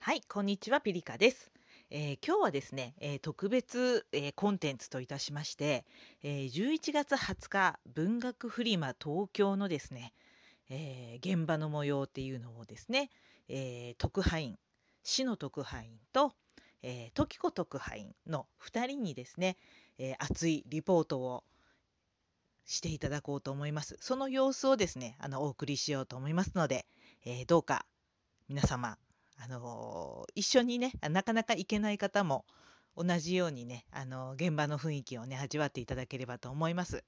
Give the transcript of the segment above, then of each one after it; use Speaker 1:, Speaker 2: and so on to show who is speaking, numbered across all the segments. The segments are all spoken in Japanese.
Speaker 1: はい、こんにちは、ピリカです。えー、今日はですね、えー、特別、えー、コンテンツといたしまして、えー、11月20日文学フリマ東京のですね、えー、現場の模様っていうのをですね、えー、特派員市の特派員と、えー、時子特派員の2人にですね、えー、熱いリポートをしていただこうと思います。その様子をですね、あのお送りしようと思いますので、えー、どうか皆様、あのー一緒にね、なかなか行けない方も同じようにね、あのー現場の雰囲気をね、味わっていただければと思います。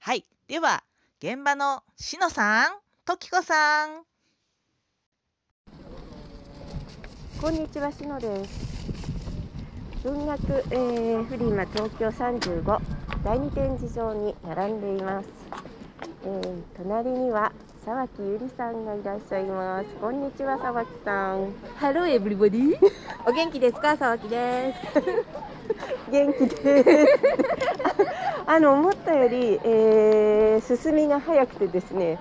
Speaker 1: はい、では現場のしのさん、ときこさん。
Speaker 2: こんにちは、しのです。文学、えーフリマ東京35第二展示場に並んでいます。えー隣には沢木ゆりさんがいらっしゃいます。こんにちは、沢木さん。
Speaker 3: ハローエブリバデ ィ。お元気ですか、沢木です。
Speaker 2: 元気です。あの思ったより、えー進みが早くてですね、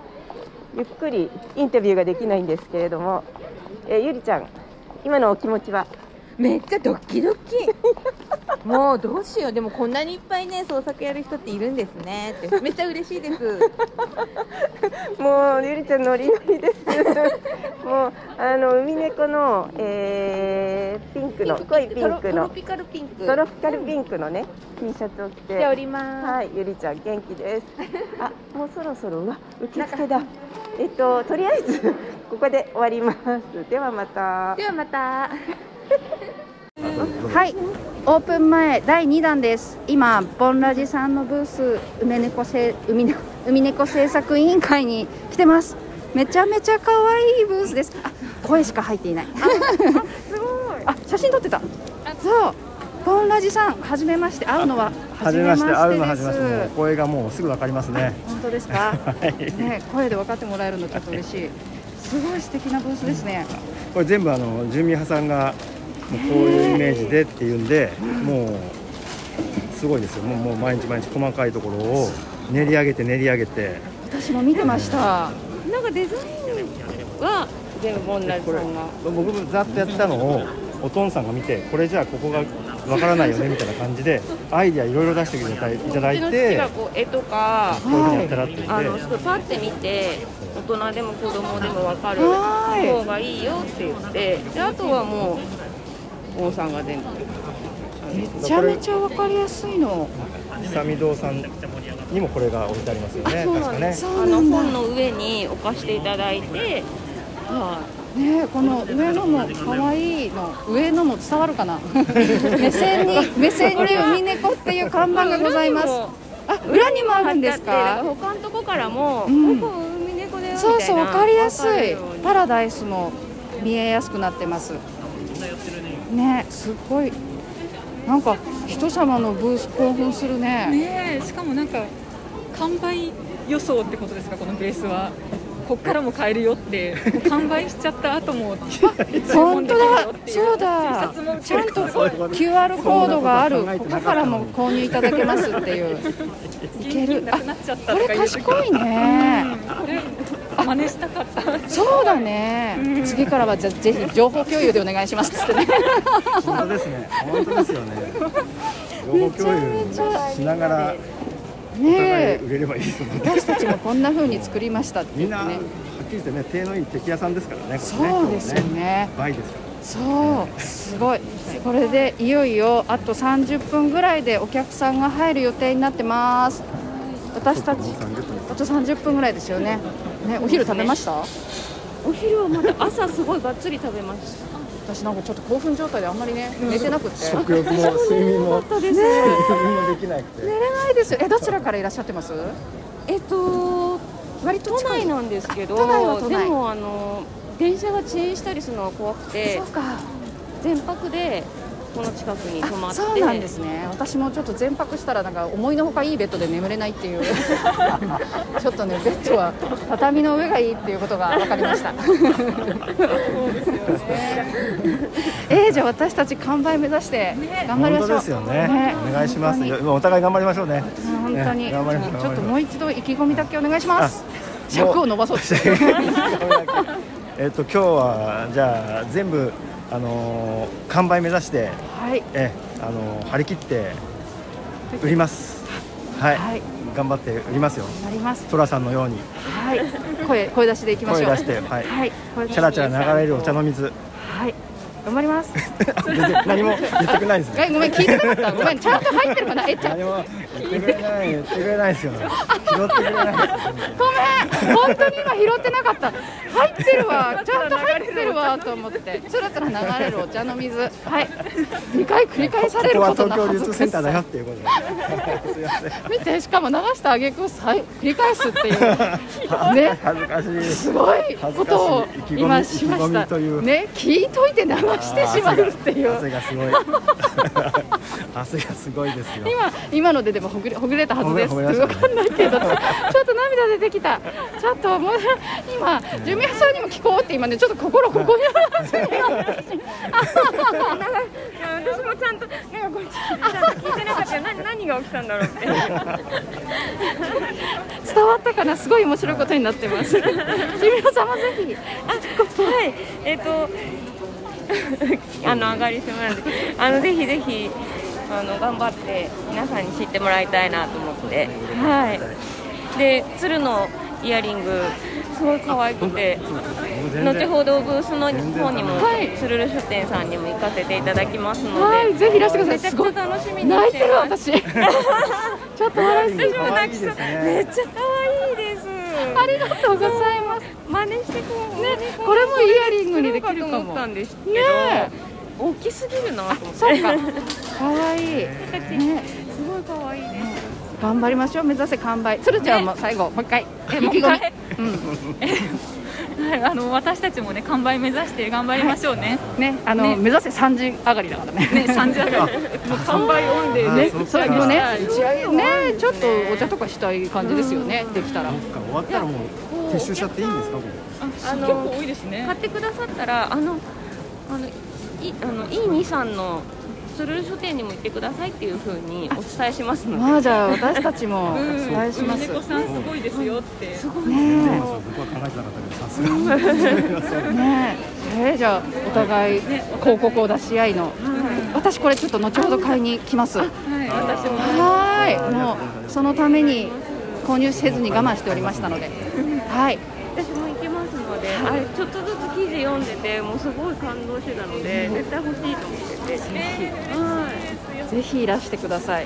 Speaker 2: ゆっくりインタビューができないんですけれども、えーゆりちゃん、今のお気持ちは
Speaker 3: めっちゃドキドキ。 もうどうしよう。でもこんなにいっぱいね、創作やる人っているんですねって。めっちゃ嬉しいです。
Speaker 2: もうゆりちゃんノリノリです。 もうあの海猫の、えーピンクの濃いピン
Speaker 3: ト
Speaker 2: ク
Speaker 3: ロトロ
Speaker 2: の
Speaker 3: ピカルピンク。
Speaker 2: トロピカルピンクのね、T シャツを着て。
Speaker 3: しております。
Speaker 2: はい、ゆりちゃん元気です。あ、もうそろそろうわ受付だ。えっととりあえず ここで終わります。ではまた。
Speaker 3: ではまた。
Speaker 4: はい、オープン前第2弾です。今、ボンラジさんのブース、梅猫せ海猫海猫制作委員会に来てます。めちゃめちゃ可愛いブースです。あ、声しか入っていない。すごい。あ、写真撮ってた。そう、ボンラジさん、初めまして、会うのは
Speaker 5: は
Speaker 4: 初
Speaker 5: じ
Speaker 4: めま
Speaker 5: めま
Speaker 4: し
Speaker 5: してて、会うの
Speaker 4: で
Speaker 5: はじめまして、もう
Speaker 4: す。
Speaker 5: 声がもうすぐわかりますね。
Speaker 4: 本当です か。ね、声で分かってもらえるのちょっと嬉しい。すごい素敵なブースですね。
Speaker 5: これ全部あの住民派さんが、もうこういうイメージでっていうんで、もう。すごいですよ、もう、もう毎日毎日細かいところを練り上げて練り上げて。
Speaker 4: 私も見てました。
Speaker 3: なんかデザインは全部ボンラジさんが。
Speaker 5: 僕もざっとやったのを、おとんさんが見て、これじゃあ、ここが。わからないよねみたいな感じで、アイディアいろいろ出していただいただいて。
Speaker 3: こう絵とか
Speaker 5: こういうふうにやったらって言
Speaker 3: あ
Speaker 5: っ
Speaker 3: の
Speaker 5: て
Speaker 3: す。ごいパって見て大人でも子供でも分かる
Speaker 4: はーい
Speaker 3: 方がいいよって言ってであとはもう王さんが全部
Speaker 4: めちゃめちゃ分かりやすいの。
Speaker 5: 久美堂さんにもこれが置いてありますよね。確かね。
Speaker 4: そ
Speaker 3: あ
Speaker 4: うな
Speaker 3: の
Speaker 4: んだ。
Speaker 3: 本の上に置かしていただいて、は
Speaker 4: ねえこの上のも可愛いの上のも伝わるかな目線に目線に海猫っていう看
Speaker 3: い、
Speaker 4: 板がございますあ裏にもあるんです
Speaker 3: だら
Speaker 4: か
Speaker 3: 他のとこからも、
Speaker 4: うん
Speaker 3: ここ海猫だよみたいな
Speaker 4: そうそう分かりやす
Speaker 3: わかる
Speaker 4: い
Speaker 3: ように
Speaker 4: パラダイスも見えやすくなってますねえすっごいなんか人様のブース興奮するね
Speaker 6: ねえしかもなんか完売予想ってことですかこのベースはこっからも買えるよってもう完売しちゃった後も
Speaker 4: 本当だそう
Speaker 6: 一
Speaker 4: だ
Speaker 6: 冊も売っ
Speaker 4: ち
Speaker 6: て
Speaker 4: ゃ
Speaker 6: る
Speaker 4: んと
Speaker 5: そういうこと
Speaker 4: QR コードがあるここからも購入いただけますっ ていういけ
Speaker 6: 現金
Speaker 4: る
Speaker 6: な
Speaker 4: あ
Speaker 6: くなっちゃった
Speaker 4: ことれ
Speaker 6: かいう時
Speaker 4: 賢いね
Speaker 6: これ真似したかった
Speaker 4: そうだね、次からはじゃぜひ情報共有でお願いしますっつってね
Speaker 5: 本当ですね。本当ですよね。情報共有しながら、お互い
Speaker 4: ねえ
Speaker 5: 売れればいいですもんね。
Speaker 4: 私たちもこんな風に作りましたって
Speaker 5: み
Speaker 4: 言
Speaker 5: ん
Speaker 4: って
Speaker 5: な、はっ
Speaker 4: ね
Speaker 5: きり言ってね、手のいい敵屋さんですからね。これね
Speaker 4: そうですよ。ね
Speaker 5: 倍ですから。
Speaker 4: そうすごいこれでいよいよあと30分ぐらいでお客さんが入る予定になってます私たち
Speaker 5: そうかもう30分
Speaker 4: あと30分ぐらいですよねねお昼食べました
Speaker 3: お昼はまだ朝すごいがっつり食べました
Speaker 4: 私なんかちょっと興奮状態であんまりね寝てなくって
Speaker 5: 食欲も睡眠も、
Speaker 4: ね
Speaker 5: 睡眠もできなく
Speaker 4: え
Speaker 5: て。
Speaker 4: 寝れないですよえどちらからいらっしゃってます
Speaker 3: えっと
Speaker 4: 割と
Speaker 3: 都
Speaker 4: 近い
Speaker 3: 内なんですけど
Speaker 4: 都内は都内
Speaker 3: でもあの電車が遅延したりするのが怖くて
Speaker 4: そうか
Speaker 3: 全泊でこの近くに泊まって
Speaker 4: そうなんです ね私もちょっと全泊したらなんか思いのほかいいベッドで眠れないっていう ちょっとねベッドは畳の上がいいっていうことが分かりましたえー、じゃあ私たち完売目指して頑張りましょう、
Speaker 5: 本当ですよね。お願いします。
Speaker 4: 本当に
Speaker 5: お互い頑張りましょうね。
Speaker 4: 本当に、
Speaker 5: ね頑張りましょう
Speaker 4: ちょっともう一度意気込みだけお願いします
Speaker 5: あ
Speaker 4: 尺を伸ばそうとして
Speaker 5: えっと今日はじゃあ全部あのー完売目指して、
Speaker 4: はい
Speaker 5: えあのー張り切って売ります。はい、
Speaker 4: はい
Speaker 5: 頑張って売りますよ。
Speaker 4: なります
Speaker 5: トラさんのように
Speaker 4: はい声声出しでいきまし
Speaker 5: 声
Speaker 4: ょう
Speaker 5: 出して、はい、
Speaker 4: はい声出
Speaker 5: チ
Speaker 4: し
Speaker 5: ャラチャラ流れるお茶の水。
Speaker 4: はい頑張ります
Speaker 5: 全然何も言ってくれないんです
Speaker 4: え
Speaker 5: ね。
Speaker 4: ごめん聞いてなかったごめんちゃんと入ってるかなえちゃ
Speaker 5: 何も言ってくれない、言ってくれないですよ。拾ってくれないですよ。
Speaker 4: ごめん本当に今拾ってなかった入ってるわちゃんと入ってるわと思ってつらつら流れるお茶の水はい2回繰り返されること
Speaker 5: ここ
Speaker 4: な
Speaker 5: は東京
Speaker 4: 恥
Speaker 5: 流
Speaker 4: ず
Speaker 5: 通
Speaker 4: か
Speaker 5: セ
Speaker 4: し
Speaker 5: ンターだよ
Speaker 4: さ
Speaker 5: っていうことで。すいませ
Speaker 4: 見
Speaker 5: ん。
Speaker 4: てしかも流した挙句をさい繰り返すっていうね
Speaker 5: 恥ずかしい。
Speaker 4: すごいことを
Speaker 5: 恥ずかしい意気込み
Speaker 4: 今しまし
Speaker 5: 意気込
Speaker 4: た
Speaker 5: みという
Speaker 4: ね聞いといて流してしまうってい
Speaker 5: あ
Speaker 4: う
Speaker 5: ー汗が汗がすごい。汗がすごいですよ。
Speaker 4: 今今のででもほぐれほぐれたはずです
Speaker 5: ほぐれほぐれ
Speaker 4: わ
Speaker 5: ました
Speaker 4: かんないけどちょちょっと涙出てきたちょっともう今ジュミアさんにも聞こうって今ねちょっと心ここにあるし
Speaker 3: 私もちゃんとなんかこれ聞いてなかったよ何何が起きたんだろうって
Speaker 4: 伝わったかなすごい面白いことになってますジュミアさんもぜひ
Speaker 3: はい、えっ、 と、あの上がりすまんで、あのぜひぜひ。あの頑張って、皆さんに知ってもらいたいなと思って、はい。で、鶴のイヤリング、すごい可愛くて。後ほどブースの方にも、鶴る書店さんにも行かせていただきますので。
Speaker 4: はいぜひいらしてください
Speaker 3: めちゃくちゃ楽しみに
Speaker 4: 泣い
Speaker 3: してて
Speaker 4: る
Speaker 3: ま
Speaker 4: 私
Speaker 3: す。
Speaker 4: ち ょっと笑いすぎ
Speaker 3: 私も泣きそう、
Speaker 5: 可愛いですね
Speaker 3: めっちゃ可愛いです。
Speaker 4: ありがとうございます
Speaker 3: 真似してこう。ね
Speaker 4: これもイヤリングにできるか
Speaker 3: と思
Speaker 4: も
Speaker 3: ったん
Speaker 4: ね
Speaker 3: ですけど、
Speaker 4: え
Speaker 3: 大きすぎるなと思って
Speaker 4: そうか可愛いね
Speaker 3: すごい可愛いです
Speaker 4: 頑張りましょう目指せ完売鶴ちゃんも最後もう一回意気込み
Speaker 6: はい、あの私たちもね完売目指して頑張りましょうね。
Speaker 4: ねあの目指せ三時上がりだからね
Speaker 6: ね、三時だから。もう完売オンで
Speaker 5: あ
Speaker 6: ね。
Speaker 5: そうか
Speaker 4: それもね打ち上げね
Speaker 3: ね
Speaker 4: ちょっとお茶とかしたい感じですよね、できたら
Speaker 5: そっか終わったらもう撤収しちゃっていいんですかこれ。
Speaker 6: あ結構多いですね
Speaker 3: 買っ。てくださったらあのあのいあの E2 さんの鶴る書店にも行ってくださいっていう風にお伝えしますので
Speaker 4: まあじゃあ私たちもお
Speaker 6: うん、
Speaker 4: 伝えします、
Speaker 6: 猫さんすごいですよって。
Speaker 5: 全然
Speaker 4: ね
Speaker 5: 今僕は考えてなかったけどさすが。
Speaker 4: えねええーじゃあお互い広告を出し合いの、私これちょっと後ほど買いに来ますは
Speaker 6: はい、私も。
Speaker 4: ーいもうそのために購入せずに我慢しておりましたのではい
Speaker 3: 私も行けますのであれちょっとずつ記事読んでてもうすごい感動してたので絶対欲しいと思ってて、はい
Speaker 4: ぜひいらしてください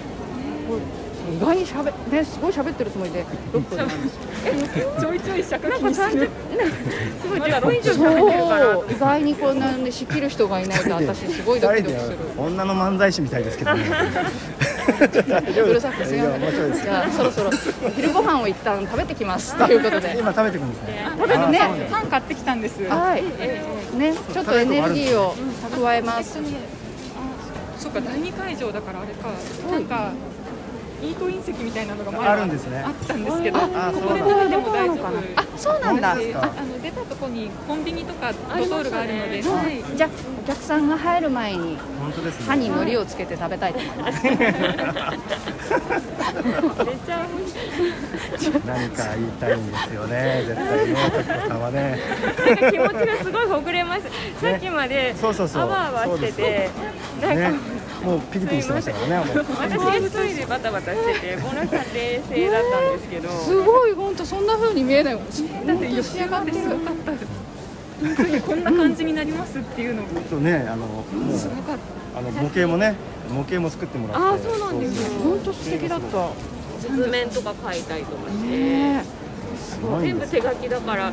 Speaker 4: 意外にしゃべねすごい喋ってるつもりで6分なんです
Speaker 6: ちょいちょい尺
Speaker 3: なんか
Speaker 6: 禁止。
Speaker 3: 30すごい10分以上
Speaker 4: そ
Speaker 3: 喋ってるから
Speaker 4: う意外にこんなね仕切る人がいないと私すごいドキドキする。
Speaker 5: 女の漫才師みたいですけどね。大丈
Speaker 4: う
Speaker 5: 夫
Speaker 4: る
Speaker 5: です
Speaker 4: さく
Speaker 5: か。
Speaker 4: す
Speaker 5: い
Speaker 4: み
Speaker 5: や
Speaker 4: ま
Speaker 5: 面
Speaker 4: せ
Speaker 5: 白い
Speaker 4: ん。
Speaker 5: です
Speaker 4: じ。ゃあそろそろお昼ご飯を一旦食べてきますということで。
Speaker 5: 今食べてくるんですね。
Speaker 4: 食べて
Speaker 5: あそうなん
Speaker 4: ね。
Speaker 5: だ
Speaker 6: パン買ってきたんです。
Speaker 4: はい。ねちょっとエネルギーを蓄えます。
Speaker 6: そっか、第二会場だからあれか。なんか。イートイン席みたいなのが前は
Speaker 5: あるんですね
Speaker 6: あったんですけど。こ
Speaker 5: あそう
Speaker 6: こ
Speaker 5: なん
Speaker 6: で食べ
Speaker 5: だ
Speaker 6: ても大丈夫。あ
Speaker 4: あそうなんだ
Speaker 5: 本当。です
Speaker 6: あ
Speaker 5: か。
Speaker 6: の出たとこにコンビニとかドトールがあるので、はい
Speaker 4: じゃあお客さんが入る前に
Speaker 5: 本当ですね。
Speaker 4: 歯に海苔をつけて食べたいと思います。
Speaker 5: 何か言いたいんですよね。絶対ね。タコさんはね。
Speaker 3: なんか気持ちがすごいほ ぐれますさっきまで
Speaker 5: そうそうそう。
Speaker 3: あわあわしててなんか
Speaker 5: ね。もうピリピリしてましたからね。もう
Speaker 3: 私が一人でバタバタしてて、この人は冷静だったんですけど、
Speaker 4: すごい本当そんな風に見えない。
Speaker 6: だって吉山ってすごかった本当にこんな感じになりますっていうのも
Speaker 5: ちょっとねあのもう
Speaker 6: すごかっ
Speaker 5: あの模型もね模型も作ってもらって。
Speaker 3: あーそうなんですよ
Speaker 5: そう
Speaker 4: 本当素敵だった。
Speaker 3: 図面とか書いたりとかして、
Speaker 4: ね
Speaker 5: すごい
Speaker 3: 全
Speaker 5: ん
Speaker 3: 部
Speaker 5: です
Speaker 3: 手
Speaker 5: よ。
Speaker 3: 書きだから、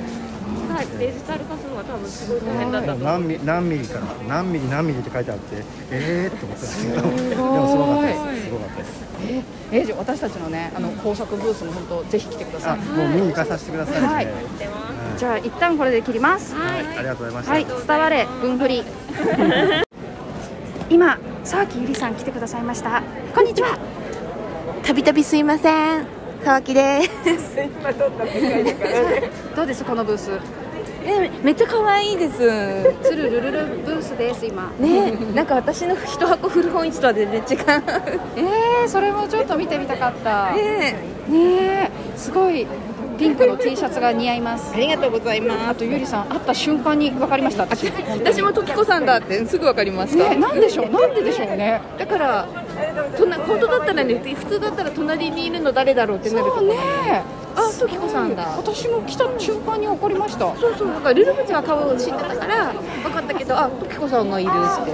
Speaker 3: デジタル化するのが多分すごい大変だったと思う。
Speaker 5: 何ミリ何ミリから何ミリ何ミリって書いてあってえーって思ったんですけどで
Speaker 4: ごい
Speaker 5: もすごかったですすごかったです
Speaker 4: ええじゃあ私たちのねあの工作ブースも本当ぜひ来てくださ
Speaker 5: あ
Speaker 4: い。
Speaker 5: もう見に行かさせてくださいね
Speaker 4: はいじゃあ一旦これで切ります。
Speaker 5: はいありがとうございました
Speaker 4: はい、伝われ、分振り。 今、沢木ゆりさん来てくださいました。こんにちは。
Speaker 2: たびたびすいません沢木です
Speaker 4: どうです、このブース。
Speaker 2: えめっちゃ可愛いです
Speaker 4: つるるるるブースです、今。
Speaker 2: ねなんか私の一箱古本市とは全然違う
Speaker 4: ええそれもちょっと見てみたかった。ね
Speaker 2: ね
Speaker 4: え、すごい。ピンクの T シャツが似合います
Speaker 7: ありがとうございま
Speaker 4: あ
Speaker 7: す
Speaker 4: とゆりさん会った瞬間に分かりました私ね
Speaker 7: 私も時子さんだってすぐ分かりました、
Speaker 4: なんでしょうなんででしょうね
Speaker 7: だからとな本当だったらね普通だったら隣にいるの誰だろうってなると
Speaker 4: そう
Speaker 7: こ
Speaker 4: ね
Speaker 7: あ時子さんだ
Speaker 4: 私も来た瞬間に分かりました
Speaker 7: そうそうだからルルブちゃんは顔を知ってたから分かったけどあ時子さんがいるって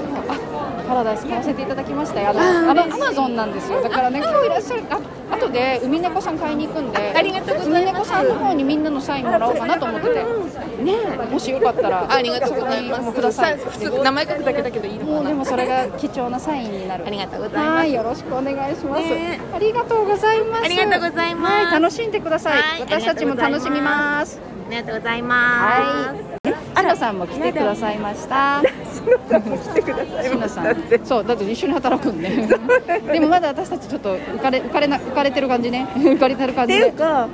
Speaker 4: パラダイス買わせていただきましたよあのあのアマゾンなんですよだからね今日いらっしゃるあ後で海猫さん買いに行くんでありがとうございます海猫さんの方にみんなのサインもらおうかなと思っててねもしよかったら
Speaker 7: ありがとうございま
Speaker 4: も
Speaker 7: す
Speaker 4: うください
Speaker 7: 普通名前書くだけだけどいいの
Speaker 4: も
Speaker 7: か
Speaker 4: うで
Speaker 7: な
Speaker 4: もそれが貴重なサインになる
Speaker 7: ありがとうございます
Speaker 4: はいよろしくお願いします、
Speaker 7: ね
Speaker 4: ありがとうございます
Speaker 7: ありがとうございます
Speaker 4: はい楽しんでください、
Speaker 7: はい
Speaker 4: 私たちも楽しみます
Speaker 7: ありがとうございま
Speaker 4: はい。あらさんも来てくださいました。しのさんも来てくださいました。さん、そうだって一緒に働くんね。でもまだ私たちちょっと浮かれ浮かれな浮かれてる感じね。浮かれてる感じで。
Speaker 2: か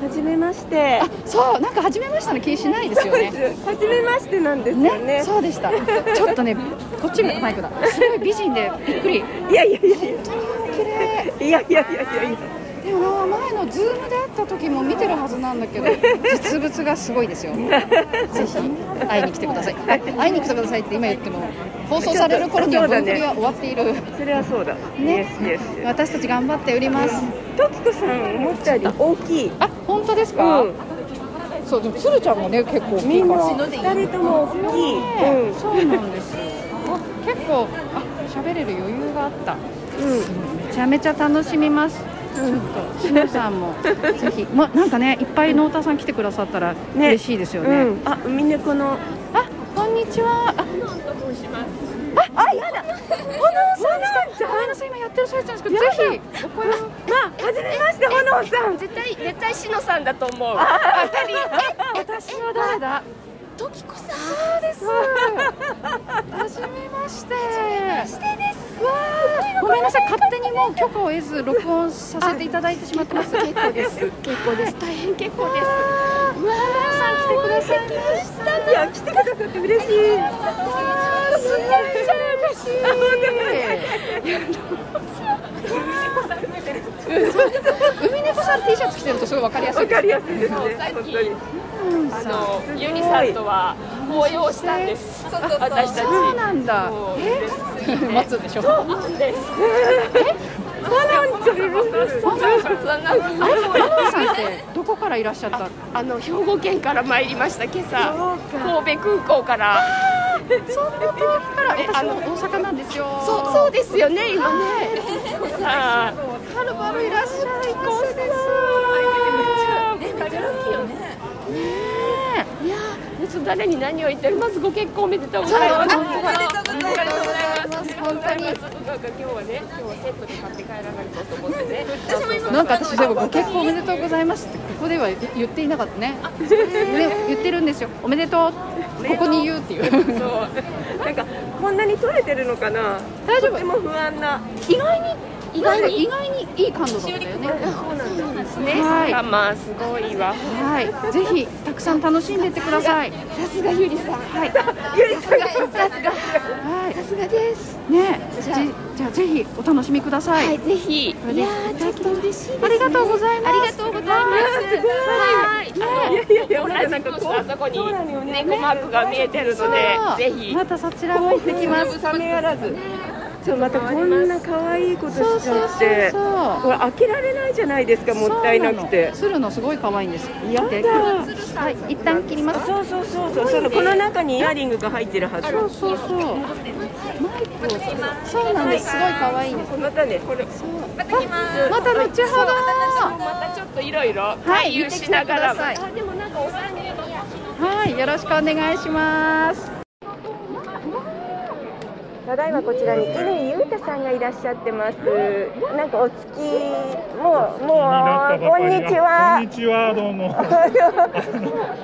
Speaker 2: 初めまして
Speaker 4: あ、そうなんか始めましたの気しないですよね。
Speaker 2: 初めましてなんですよ
Speaker 4: ね、
Speaker 2: ね
Speaker 4: そうでした。ちょっとね、こっちがマイクだ。すごい美人でびっくり。
Speaker 2: いやいやいや
Speaker 4: 綺麗。
Speaker 2: いやいやいやいやいや
Speaker 4: でもな前のズームで会った時も見てるはずなんだけど、 実物がすごいですよ。ぜひ会いに来てください。会いに来てくださいって今言っても、放送される頃には
Speaker 2: そうだ
Speaker 4: 番
Speaker 2: ね
Speaker 4: 組は終わっている。
Speaker 2: それはそうだ
Speaker 4: ね
Speaker 2: Yes, yes, yes
Speaker 4: 私たち頑張って売ります。
Speaker 2: 時子さん思ったより大きい
Speaker 4: あ、本当ですか。
Speaker 2: うん
Speaker 4: そう、でもつるちゃんもね、結構大き
Speaker 2: み
Speaker 4: い
Speaker 2: ん
Speaker 4: か
Speaker 2: な
Speaker 4: ら。
Speaker 2: 2人とも大きい、うん
Speaker 4: そうなんですよ。あ結構、あ、喋れる余裕があった。めちゃめちゃ楽しみます。ちょっと、しのさんも、ぜひ、ま、なんかね、いっぱい農田さん来てくださったら、嬉しいですよね。
Speaker 2: うん、あ、海猫の
Speaker 4: あ、こんにちは。あ、あ、あ、やだ。ほのさん来た。ごめんなさい、今やってる最中なんですけど、ぜひ、お声を。
Speaker 2: あ、はじめまして、ほのおさん
Speaker 3: 絶対絶対しのさんだと思う
Speaker 4: 私は誰だ。
Speaker 3: ときこさん
Speaker 4: そ うです。はじめまして。してです。わあ、ごめんなさい、勝手にもう許可を得ず、録音させていただいてしまってます。結構です。結構です。大変結構です。うわあ、ほのさん来てくださいました。
Speaker 2: いや、来てくださって嬉しい
Speaker 4: わあすごい嬉しい。海猫さん T シャツ着てるとすごいわかりやすい
Speaker 2: わ。かりやすいですね、本当に
Speaker 3: あのユニさんとは応用したんです私たち
Speaker 4: そうなんだ。え、待つでしょ。そうなんです。そうなんです。マノンさんってどこからいらっしゃった？
Speaker 3: あの兵庫県から参りました今朝神戸空港から
Speaker 4: そんな遠くから。私も大阪なんですよ。
Speaker 3: そうそうですよね今ねあ
Speaker 4: はるばるいらっしゃい。こうです。
Speaker 3: ーいやーちょっと誰に何を言ってるまずご結婚おめでとうございます
Speaker 4: そうお
Speaker 3: おめでとうございます
Speaker 4: 本当に。
Speaker 3: なんか今日はね今日はセットで買って帰らないとと思ってね
Speaker 4: なんか私でもご結婚おめでとうございますってここでは言っていなかったね。ね言ってるんですよ。おめでとう。ここに言うって いう。
Speaker 2: そうなんか、こんなに撮れてるのかな
Speaker 4: 大丈
Speaker 2: と
Speaker 4: 夫
Speaker 2: て。も不安な
Speaker 4: 意外に意外に意外にいい感度だったよね。はい
Speaker 3: あまあすごいわ
Speaker 4: はいぜひたくさん楽しんでってください。さすがゆりさん。はい。はい。さすがです。ねじゃじゃあぜひお楽しみください。
Speaker 3: ぜひい
Speaker 4: これで
Speaker 3: ちょっと嬉しい
Speaker 4: ありがとうございます。
Speaker 3: ありがとうございますはい
Speaker 2: いやいや、
Speaker 3: 同じ
Speaker 2: なん
Speaker 3: く
Speaker 2: かこ
Speaker 3: あそこに猫マークが見えてるの
Speaker 4: そう
Speaker 3: でぜひ
Speaker 4: またそちらも行ってきます。
Speaker 2: う冷めやらずちょっとまたこんな可愛いこと
Speaker 4: そう
Speaker 2: しち
Speaker 4: そ
Speaker 2: ゃ
Speaker 4: う
Speaker 2: っ
Speaker 4: そう
Speaker 2: て
Speaker 4: そう。
Speaker 2: これ開けられないじゃないですか、もったいなくて
Speaker 4: するのすごい可愛いんです
Speaker 2: やだ
Speaker 4: ではい一旦切りま
Speaker 2: あ
Speaker 4: す
Speaker 2: そうそうそうそう、そのこの中にイヤリングが入ってるはず
Speaker 4: そうそうそうマイクをそうなんですすごい可愛いんです
Speaker 2: またね、これ
Speaker 4: あまた後ほど
Speaker 3: またちょっといろいろ
Speaker 4: はい
Speaker 3: 回遊しながらも
Speaker 4: 行ってきてくださいはいよろしくお願いします
Speaker 2: ただいまこちらに乾裕太さんがいらっしゃってます。なんかお月もうもうこんに
Speaker 8: こ
Speaker 2: ち
Speaker 8: ん
Speaker 2: は
Speaker 8: に。ちは、どうも。見た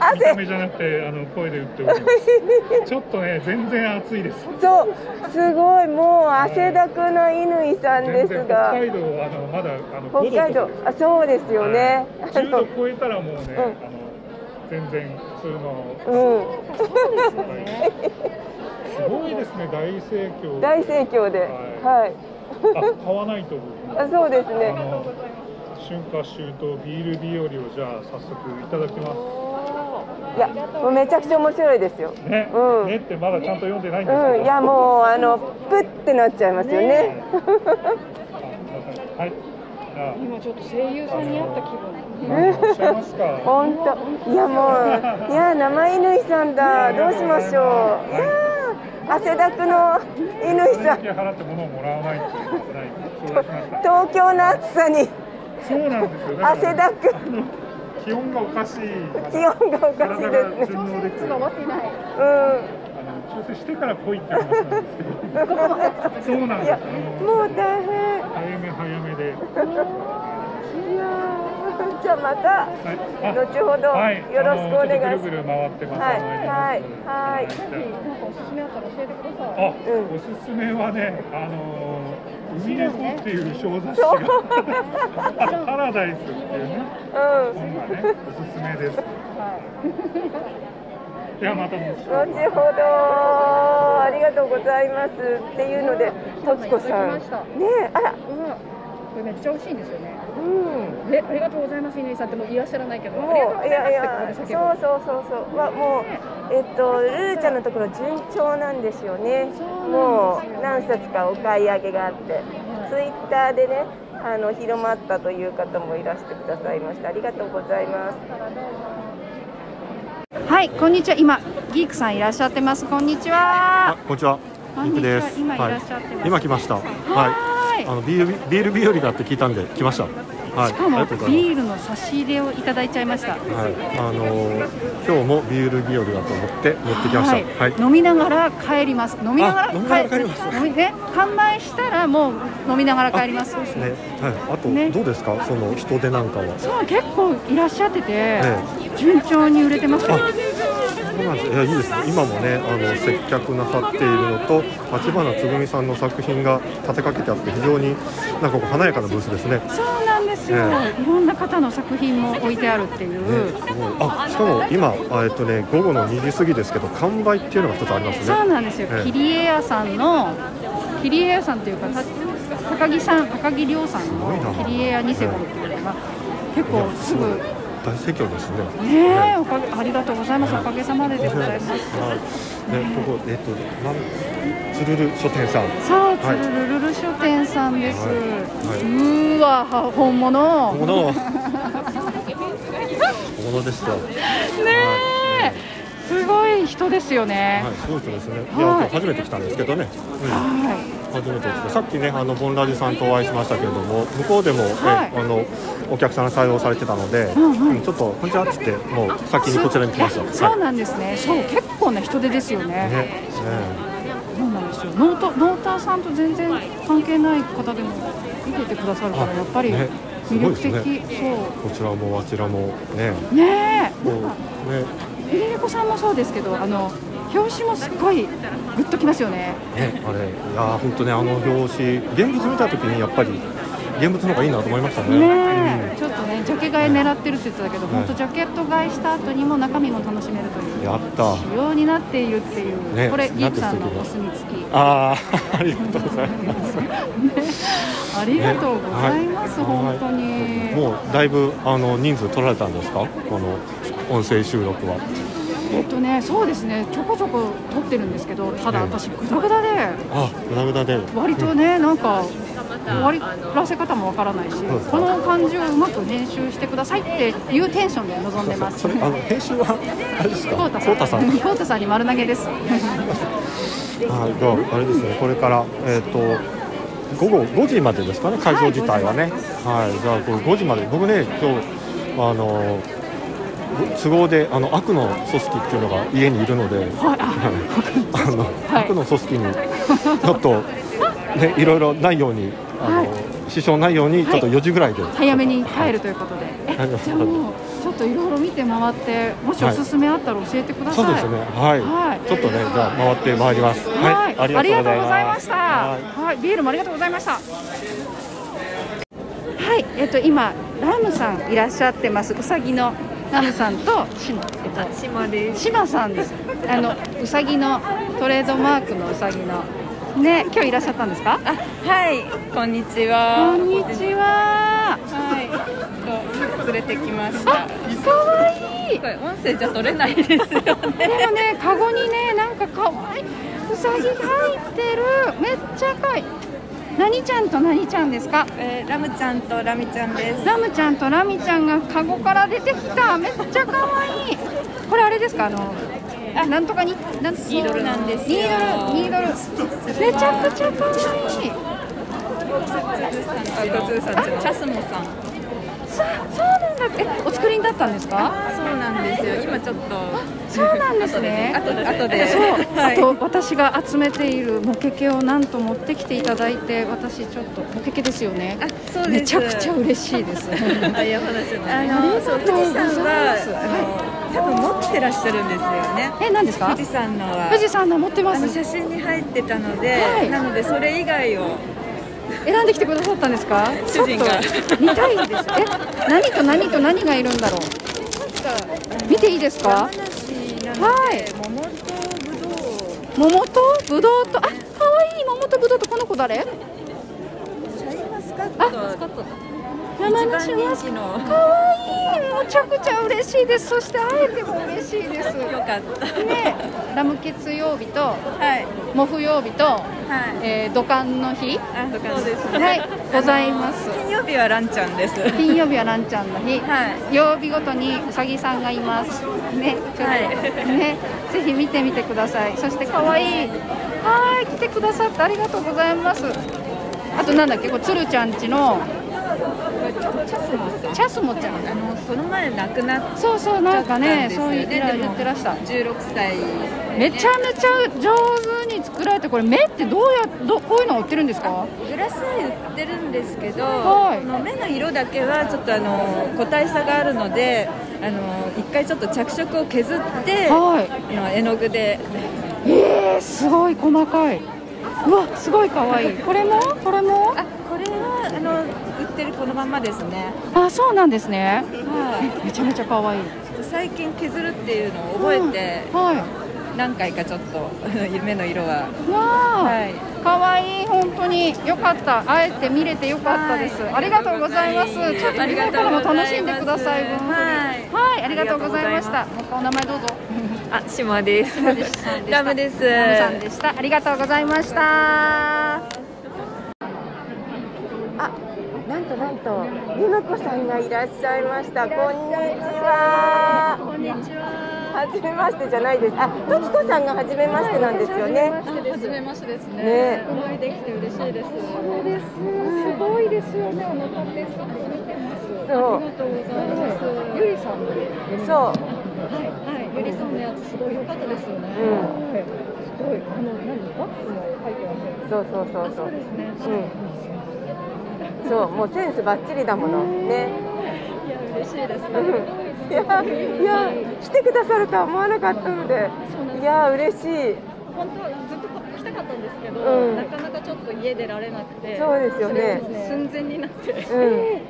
Speaker 2: 汗
Speaker 8: 目じゃなくて、あの声で打っております。ちょっとね、全然暑いです。
Speaker 2: そうすごいもう汗だくな乾さんで
Speaker 8: 全
Speaker 2: す
Speaker 8: 然北
Speaker 2: が
Speaker 8: 海道はあのまだあの
Speaker 2: 北海道あそうですよね。
Speaker 8: 10度超えたらもうね、
Speaker 2: ん
Speaker 8: あの全然普通の
Speaker 2: う
Speaker 8: すごいですね、大盛況。
Speaker 2: ん大盛況で
Speaker 8: は
Speaker 2: はい
Speaker 8: あ買わないと思う。
Speaker 2: あそうです
Speaker 8: あ
Speaker 2: ね
Speaker 8: の春夏秋冬ビール日和をじゃあ早速いただきま
Speaker 2: いやもうめちゃくちゃ面白いですよ
Speaker 8: すね、
Speaker 2: うん
Speaker 8: ねってまだちゃんと読んでないんですけど、
Speaker 2: うんいやもうあのプッてなっちゃいますよね
Speaker 8: あすいませんはいじゃあ
Speaker 9: 今ちょっと声優さんに会った気分
Speaker 8: 何をおっしゃいますか
Speaker 2: 本当いやもういや生乾さんだどうしましょういやー汗だくの乾
Speaker 8: それ
Speaker 2: さ
Speaker 8: だ
Speaker 2: ん
Speaker 8: け払って物をもらわないということない相談しました
Speaker 2: 東京の暑さに
Speaker 8: そうなんですよだから
Speaker 2: 汗だく
Speaker 8: 気温がおかしい
Speaker 2: 気温がおかしい
Speaker 8: 体
Speaker 2: で
Speaker 8: が
Speaker 2: すね
Speaker 8: 順応できて る
Speaker 2: う
Speaker 8: あの調整してから来いって話なんですけどそうなん
Speaker 2: んい
Speaker 8: です
Speaker 2: や
Speaker 8: よ
Speaker 2: もう大変
Speaker 8: 早め早めで
Speaker 2: いやーじゃあまた
Speaker 8: はいあ
Speaker 2: 後ほど
Speaker 8: はい
Speaker 2: よろしくお願いし
Speaker 8: あ
Speaker 2: ま
Speaker 8: の
Speaker 2: す
Speaker 8: ちょっとぐるぐる回ってます
Speaker 2: はいはいはい
Speaker 8: い
Speaker 9: おすすめあったら教えてください
Speaker 8: あ、
Speaker 2: うん
Speaker 8: おすすめはね、あのー、海猫っていう小雑誌 が、パラダイスっていうね、
Speaker 2: うん
Speaker 8: 本がね、おすすめです。ではまた後
Speaker 2: 後ほどありがとうございますっていうので時子さん
Speaker 9: いただきました
Speaker 2: ねえあら
Speaker 9: うんこれめっちゃ美味しいんですよね
Speaker 2: うん
Speaker 9: えありがとうございます乾さんってもういらっしゃらないけどありがとう
Speaker 2: もう
Speaker 9: ご
Speaker 2: い
Speaker 9: ざ
Speaker 2: やい
Speaker 9: い
Speaker 2: や
Speaker 9: ます
Speaker 2: そ
Speaker 9: っ
Speaker 2: う
Speaker 9: てここで叫ぶ
Speaker 2: そうそうそうはもうえっとルルちゃんのところ順調なんですよねもう何冊かお買い上げがあってツイッターでねあの広まったという方もいらしてくださいましたありがとうございます
Speaker 4: はいこんにちは今ギークさんいらっしゃってますこんにち
Speaker 10: あ
Speaker 4: は
Speaker 10: こんにちは
Speaker 4: こ
Speaker 10: ピ
Speaker 4: ん
Speaker 10: ン
Speaker 4: に
Speaker 10: ク
Speaker 4: ちは
Speaker 10: です
Speaker 4: 今いらっしゃってます、
Speaker 10: 今来ましたは
Speaker 4: はい
Speaker 10: いあのビールビール日和だって聞いたんで来ましたはい
Speaker 4: しかも
Speaker 10: ありがとうござい
Speaker 4: ビールの差し入れをいただいちゃいました
Speaker 10: ますはいあのー、今日もビール日和だと思って持ってきましたはい、
Speaker 4: 飲みながら帰ります。飲みながら
Speaker 10: あ飲みながら帰ります
Speaker 4: 飲みね、販売したらもう飲みながら帰ります。そうです
Speaker 10: ね。はいあと、
Speaker 4: ね
Speaker 10: どうですかその人手なんかは
Speaker 4: そう結構いらっしゃってて、
Speaker 10: え
Speaker 4: 順調に売れてますよ。
Speaker 10: そうなんですいやいいですね、今もね、あの接客なさっているのと、立花つぐみさんの作品が立てかけてあって、非常になんかこう華やかなブースですね。
Speaker 4: そうなんですよ、
Speaker 10: え
Speaker 4: いろんな方の作品も置いてあるっていう。
Speaker 10: ね、すごいあしかも今、あえっとね、午後の2時過ぎですけど、完売っていうのが一つあります
Speaker 4: そう
Speaker 10: ね。
Speaker 4: なんですよ、
Speaker 10: ええ
Speaker 4: 切り絵屋さんの切り絵屋さんというかた高木さん高木亮さん
Speaker 10: すごい
Speaker 4: の
Speaker 10: な
Speaker 4: 切り絵屋ニセコっていうのが結構すぐ
Speaker 10: いや大盛況ですね。
Speaker 4: ねえおかげありがとうございますおかげさまででございます
Speaker 10: はいね、ここ、えっと、なん、つるる書店さん。
Speaker 4: さあ、
Speaker 10: はい
Speaker 4: つるるる書店さんです。
Speaker 10: はいう
Speaker 4: ーわ、本物。
Speaker 10: も の。ものでした。ねえ。
Speaker 4: すごい人ですよね。
Speaker 10: はい、すごい人ですね。いや、
Speaker 4: は
Speaker 10: 今
Speaker 4: い
Speaker 10: 日初めて来たんですけどね。うん
Speaker 4: は
Speaker 10: 初めてですねさっきねあのボンラジさんとお会いしましたけれども向こうでも、ね
Speaker 4: はい
Speaker 10: あのお客さんが採用されてたので、
Speaker 4: んうん
Speaker 10: うんちょっとこんにちはっつってもう先
Speaker 4: い。
Speaker 10: にこちらに来ました
Speaker 4: えそう
Speaker 10: は
Speaker 4: なんですね。そう、結構な人手ですよ
Speaker 10: い
Speaker 4: ね。
Speaker 10: ねね
Speaker 4: そうなんですよ。ノート、ノーターさんと全然関係ない方でも。受けてくださるから、
Speaker 10: あ
Speaker 4: やっぱり
Speaker 10: ね
Speaker 4: 魅力
Speaker 10: すごい
Speaker 4: 的。
Speaker 10: こちらもあちらもね
Speaker 4: そう。ねえ。
Speaker 10: こうね
Speaker 4: ゆりねこさんもそうですけど、あの。表紙もすっごい。グッときますよね。
Speaker 10: ねあれいや本当ねあの表紙現物見た時にやっぱり現物の方がいいなと思いましたね
Speaker 4: ねえ、ちょっとね、ジャケ買い狙ってるって言ってたけど、
Speaker 10: はい
Speaker 4: 本当ジャケット買いした後にも中身も楽しめるという
Speaker 10: うん。やった
Speaker 4: 仕様になっているっていう、
Speaker 10: ね
Speaker 4: これギ
Speaker 10: な
Speaker 4: ー
Speaker 10: って
Speaker 4: ク
Speaker 10: る人い
Speaker 4: さん
Speaker 10: る
Speaker 4: のお墨付き
Speaker 10: あ あありがとうございます
Speaker 4: ありがとうございます、
Speaker 10: ねはい
Speaker 4: 本当に、
Speaker 10: もうだいぶあの人数取られたんですかこの音声収録は
Speaker 4: えっとねそうですねちょこちょこ撮ってるんですけどただ
Speaker 10: ね
Speaker 4: 私グダグダで
Speaker 10: あグダグダで
Speaker 4: 割とねなんか終わらせ方もわからないし
Speaker 10: そうです
Speaker 4: この感じをうまく練習してくださいっていうテンションで臨んでます
Speaker 10: それあの編集はあれですか
Speaker 4: コウタさん
Speaker 10: あ
Speaker 4: コウタさんに丸投 げです
Speaker 10: じゃああれですねこれからえっ、と午後5時までですかね会場自体はねはい、じゃあこれ5時まで僕ね今日あの都合であの悪の組織っていうのが家にいるので、はいあの
Speaker 4: はい
Speaker 10: 悪の組織にちょっとねいろいろないようにあの、支障ないようにちょっと4時ぐらいで、
Speaker 4: 早めに帰るということでえ
Speaker 10: はい
Speaker 4: じゃあもうちょっといろいろ見て回ってもしおすすめあったら教えてくださ
Speaker 10: そ
Speaker 4: い、
Speaker 10: うですね、はい、
Speaker 4: はい
Speaker 10: ちょっとね、じゃあ回ってまいります。
Speaker 4: はい、ありがとうございました。
Speaker 10: は
Speaker 4: はいい、ビールもありがとうございました。はい、えっと今ラムさんいらっしゃってます。うさぎのラムさんとし、えっと
Speaker 11: 島です
Speaker 4: 島さんです。あのうさぎのトレードマークのうさぎのね、今日いらっしゃったんですか。
Speaker 11: はい、こんにち
Speaker 4: こ
Speaker 11: は。
Speaker 4: んにちは。
Speaker 11: はい、ちょっと連れてきました。
Speaker 4: 可愛い
Speaker 11: これ音声じゃ取れないですよね。
Speaker 4: でもね、カゴにね、なんか可愛いうさぎ入ってる。めっちゃ可愛い。何ちゃんと何ちゃんですか。
Speaker 11: えーラムちゃんとラミちゃんです。
Speaker 4: ラムちゃんとラミちゃんがカゴから出てきた。めっちゃ可愛い。これあれですか。あの。あ、なんとかに、なん、ニードルなんです。ニードル、ニードル。めちゃくちゃ可愛い。
Speaker 11: あとツーさんちのチャスモさん。
Speaker 4: そそうなんだってえお作りになったんですか
Speaker 11: そうなんですよ。今ちょっと。
Speaker 4: そうなんですね
Speaker 11: あとで、あとで。
Speaker 4: そう、
Speaker 11: はい
Speaker 4: あと私が集めているモケケをなんと持ってきていただいて私ちょっとモケケですよね
Speaker 11: あ、そうです。
Speaker 4: めちゃくちゃ嬉しいですあ
Speaker 11: あ、山梨の。あ
Speaker 4: りが
Speaker 11: の、
Speaker 4: と
Speaker 11: そうう、
Speaker 4: ご
Speaker 11: 富
Speaker 4: ざい
Speaker 11: 士
Speaker 4: ま
Speaker 11: 山
Speaker 4: すは
Speaker 11: は。あの多分持ってらっしゃるんですよね。
Speaker 4: いえ何ですか
Speaker 11: 富士山のは。
Speaker 4: 富士山の持ってま
Speaker 11: あの
Speaker 4: す
Speaker 11: 写真に入ってたので、
Speaker 4: はい
Speaker 11: なのでそれ以外を
Speaker 4: 選んできてくださったんですかちょ
Speaker 11: 主
Speaker 4: っ
Speaker 11: 人
Speaker 4: と
Speaker 11: が
Speaker 4: 見たいですえ何と何と何がいるんだろう見ていいですかはい
Speaker 11: 桃とぶどう
Speaker 4: 桃とぶどうとあ可愛い桃とぶどうとこの子誰
Speaker 11: シャインマスカット
Speaker 4: 山梨マ
Speaker 11: 一番
Speaker 4: ス
Speaker 11: 人気の
Speaker 4: かわいい、むちゃくちゃ嬉しいです。そして会えても嬉しいです。
Speaker 11: よ
Speaker 4: ね、
Speaker 11: かった
Speaker 4: ラム月曜日と、
Speaker 11: はい
Speaker 4: モフ曜日と、
Speaker 11: はい
Speaker 4: えー、土管の日。
Speaker 11: あそうです
Speaker 4: はい、ござ います。
Speaker 11: 金曜日はランちゃんですはい
Speaker 4: 金曜日はランちゃんの日。
Speaker 11: はい
Speaker 4: 曜日ごとにうさぎさんがいます。ね、ちょっと、
Speaker 11: はい
Speaker 4: ね、ぜひ見てみてください。そして可愛い。はーい、来てくださってありがとうございます。あとなんだっけ、これつるちゃんちの
Speaker 11: チャスモさん
Speaker 4: チャスモちゃん。
Speaker 11: あのこの前亡くなっ
Speaker 4: そうそう、なんかね、
Speaker 11: ちょっと
Speaker 4: そう
Speaker 11: なんですよね
Speaker 4: 言ってら言ってらした。
Speaker 11: 16歳
Speaker 4: めちゃめちゃ上手に作られてこれ目ってどうやどこういうの売ってるんですか
Speaker 11: グラス絵売ってるんですけど、
Speaker 4: はい
Speaker 11: この目の色だけはちょっとあの個体差があるのであの一回ちょっと着色を削って、
Speaker 4: は
Speaker 11: あの絵の具で
Speaker 4: いえー、すごい細かいうわすごい可愛いこれもこれも
Speaker 11: あこれはあの売ってるこのまんまですね
Speaker 4: あそうなんですね
Speaker 11: は
Speaker 4: めちゃめちゃ可愛い
Speaker 11: いちょっと最近削るっていうのを覚えて、
Speaker 4: は
Speaker 11: 何回かちょっと 夢の色は、
Speaker 4: いわあ、
Speaker 11: はい
Speaker 4: 可愛い本当によかった会えて見れてよかったです、
Speaker 11: はい
Speaker 4: ありがとうございますちょ
Speaker 11: あ
Speaker 4: っと
Speaker 11: り
Speaker 4: 日
Speaker 11: が
Speaker 4: 本
Speaker 11: と
Speaker 4: か
Speaker 11: うござ
Speaker 4: ら
Speaker 11: います
Speaker 4: も楽しんでください本当に
Speaker 11: はい
Speaker 4: はいありがとうございましたもう一回お名前どうぞ
Speaker 11: あ島です
Speaker 4: ラムさんでした
Speaker 11: ラムです
Speaker 4: ラムさんでしたありがとうございました
Speaker 2: あ、なんとなんと、ゆまこさんがいらっしゃいました。こんにちは。こんにちは。はじめましてじゃないです。あ、ときこさんがはじめましてなんですよね。
Speaker 9: 初めましてです。初めましてですね。
Speaker 2: ね
Speaker 9: お会いできて嬉しいです。そうです。すごいですよね。お腹ペース見てます。
Speaker 2: そ
Speaker 9: ありが
Speaker 2: う
Speaker 9: とうございます。ゆりさんの。はい
Speaker 2: そう。
Speaker 9: はい。ゆりさんのやつすごい良かったですよね。
Speaker 2: うん
Speaker 9: はい。すごい。あの何バッグも入ってらっしゃる。
Speaker 2: そうそうそうそ
Speaker 9: そう
Speaker 2: う。
Speaker 9: ですね。
Speaker 2: うん。そう、もうセンスバッチリだもの。ね。
Speaker 9: いや嬉しいですね。
Speaker 2: うんいや、いや、来てくださるとは思わなかったので。いや、嬉しい。
Speaker 9: 本当はずっと来たかったんですけど、
Speaker 2: うん
Speaker 9: なかなかちょっと家出られなくて
Speaker 2: そうですよね
Speaker 9: それも寸前になって
Speaker 2: うん。
Speaker 9: え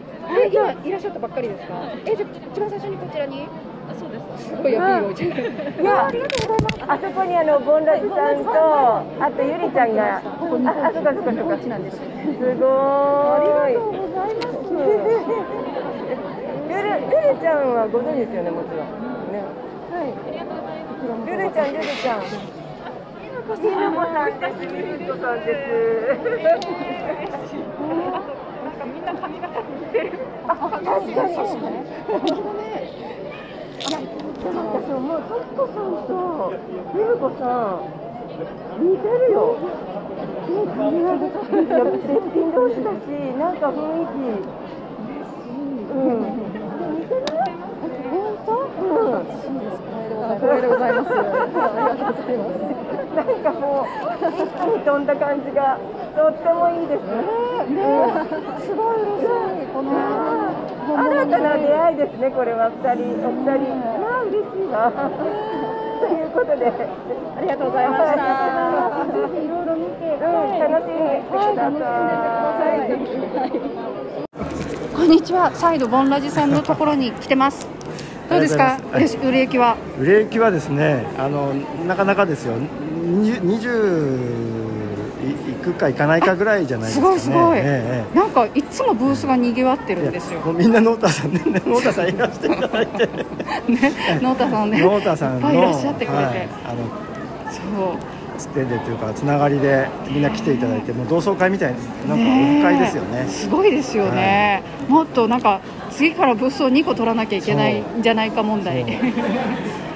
Speaker 9: 今いらっしゃったばっかりですかえじゃあ一番最初にこちらにあそうですすごいアピールをいただいて
Speaker 2: いや、ありがとうございます。あそこにあのボンラジさんと、あとゆりちゃんが。あ、あ、そっかそっかそっか。すごーい。ありがとうございます。ルル、ルルちゃんはご存知ですよね、もちろん。ね。はい。ルルちゃん、ルルちゃん。みなこさんです。みなこさんです。 あと、なんかみんな髪型似てる。あ、確かに。でも私思う、ときこさんと、ゆうこさん、似てるよ。ね、髪型とか、やっぱ絶品同士だし、なんか雰囲気。うん。似てない本当うん。光栄でございます。ありがとうございます。なんかもう、一気に飛んだ感じが、とってもいいですね。ね、すごい嬉しい。この、新たな出会いですね、これは二人、お二人。まあ、嬉しいわ。ということで、ありがとうございました。いろいろ見て、うん、楽しんでください。
Speaker 4: こんにちは。再度ボンラジさんのところに来てます。どうですか
Speaker 12: ありがとうございます。
Speaker 4: よし、売れ行きは。
Speaker 12: 売れ行きはですねあのなかなかですよに20
Speaker 5: い行くか行かないかぐらいじゃないですかね。
Speaker 4: すごいすごい
Speaker 5: ええ
Speaker 4: なんかいつもブースが賑わってるんです
Speaker 5: ええ
Speaker 4: よ
Speaker 5: もうみんなノー タさんね、ノータさんいらしていただいて、
Speaker 4: ね 農太さんね
Speaker 5: ノータさんの
Speaker 4: いっぱいいらっしゃってくれて
Speaker 5: はい、あの
Speaker 4: そう
Speaker 5: つてでというかつながりでみんな来ていただいて、もう同窓会みたいななんかオフ会ですよね。
Speaker 4: すごいですよね、もっとなんか次からブースを2個取らなきゃいけないんじゃないか問題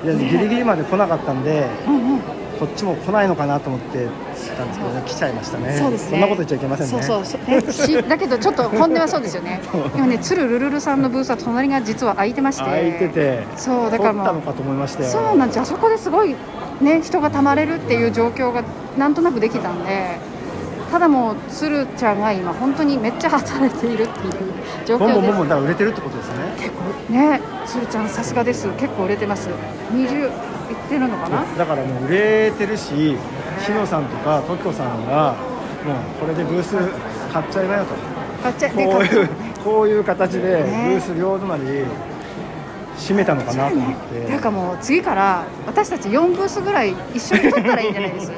Speaker 5: でギリギリまで来なかったんで、
Speaker 4: うんうん
Speaker 5: こっちも来ないのかなと思ってたんですけどね、来ちゃいましたね。
Speaker 4: そうですね
Speaker 5: んなこと言っちゃいけませんね。
Speaker 4: そうそうそうえし だけどちょっと本音はそうですよね今ね鶴るるるさんのブースは隣が実は空いてまして
Speaker 5: 空いてて、
Speaker 4: そうだから
Speaker 5: 撮ったの
Speaker 4: も
Speaker 5: かと思いました
Speaker 4: う
Speaker 5: よ。
Speaker 4: そうなんですよあそこですごいね人がたまれるっていう状況がなんとなくできたんでただもう鶴ちゃんが今本当にめっちゃ働いているっていう状況
Speaker 5: ボ
Speaker 4: で
Speaker 5: ン
Speaker 4: す
Speaker 5: ボンボンボンだから売れてるってことですよね。
Speaker 4: ね鶴ちゃんさすがです結構売れてます20いってるのかな
Speaker 5: だからもう売れてるし、しのさんとかときこさんが、もうこれでブース買っちゃいなよと、
Speaker 4: 買っちゃね
Speaker 5: こう
Speaker 4: 買っち
Speaker 5: い
Speaker 4: ゃ
Speaker 5: うこういう形でブ
Speaker 4: ね
Speaker 5: ース両隣閉めたのかなと思って、
Speaker 4: なんかもう次から私たち4ブースぐらい一緒に取ったらいいんじゃない ですか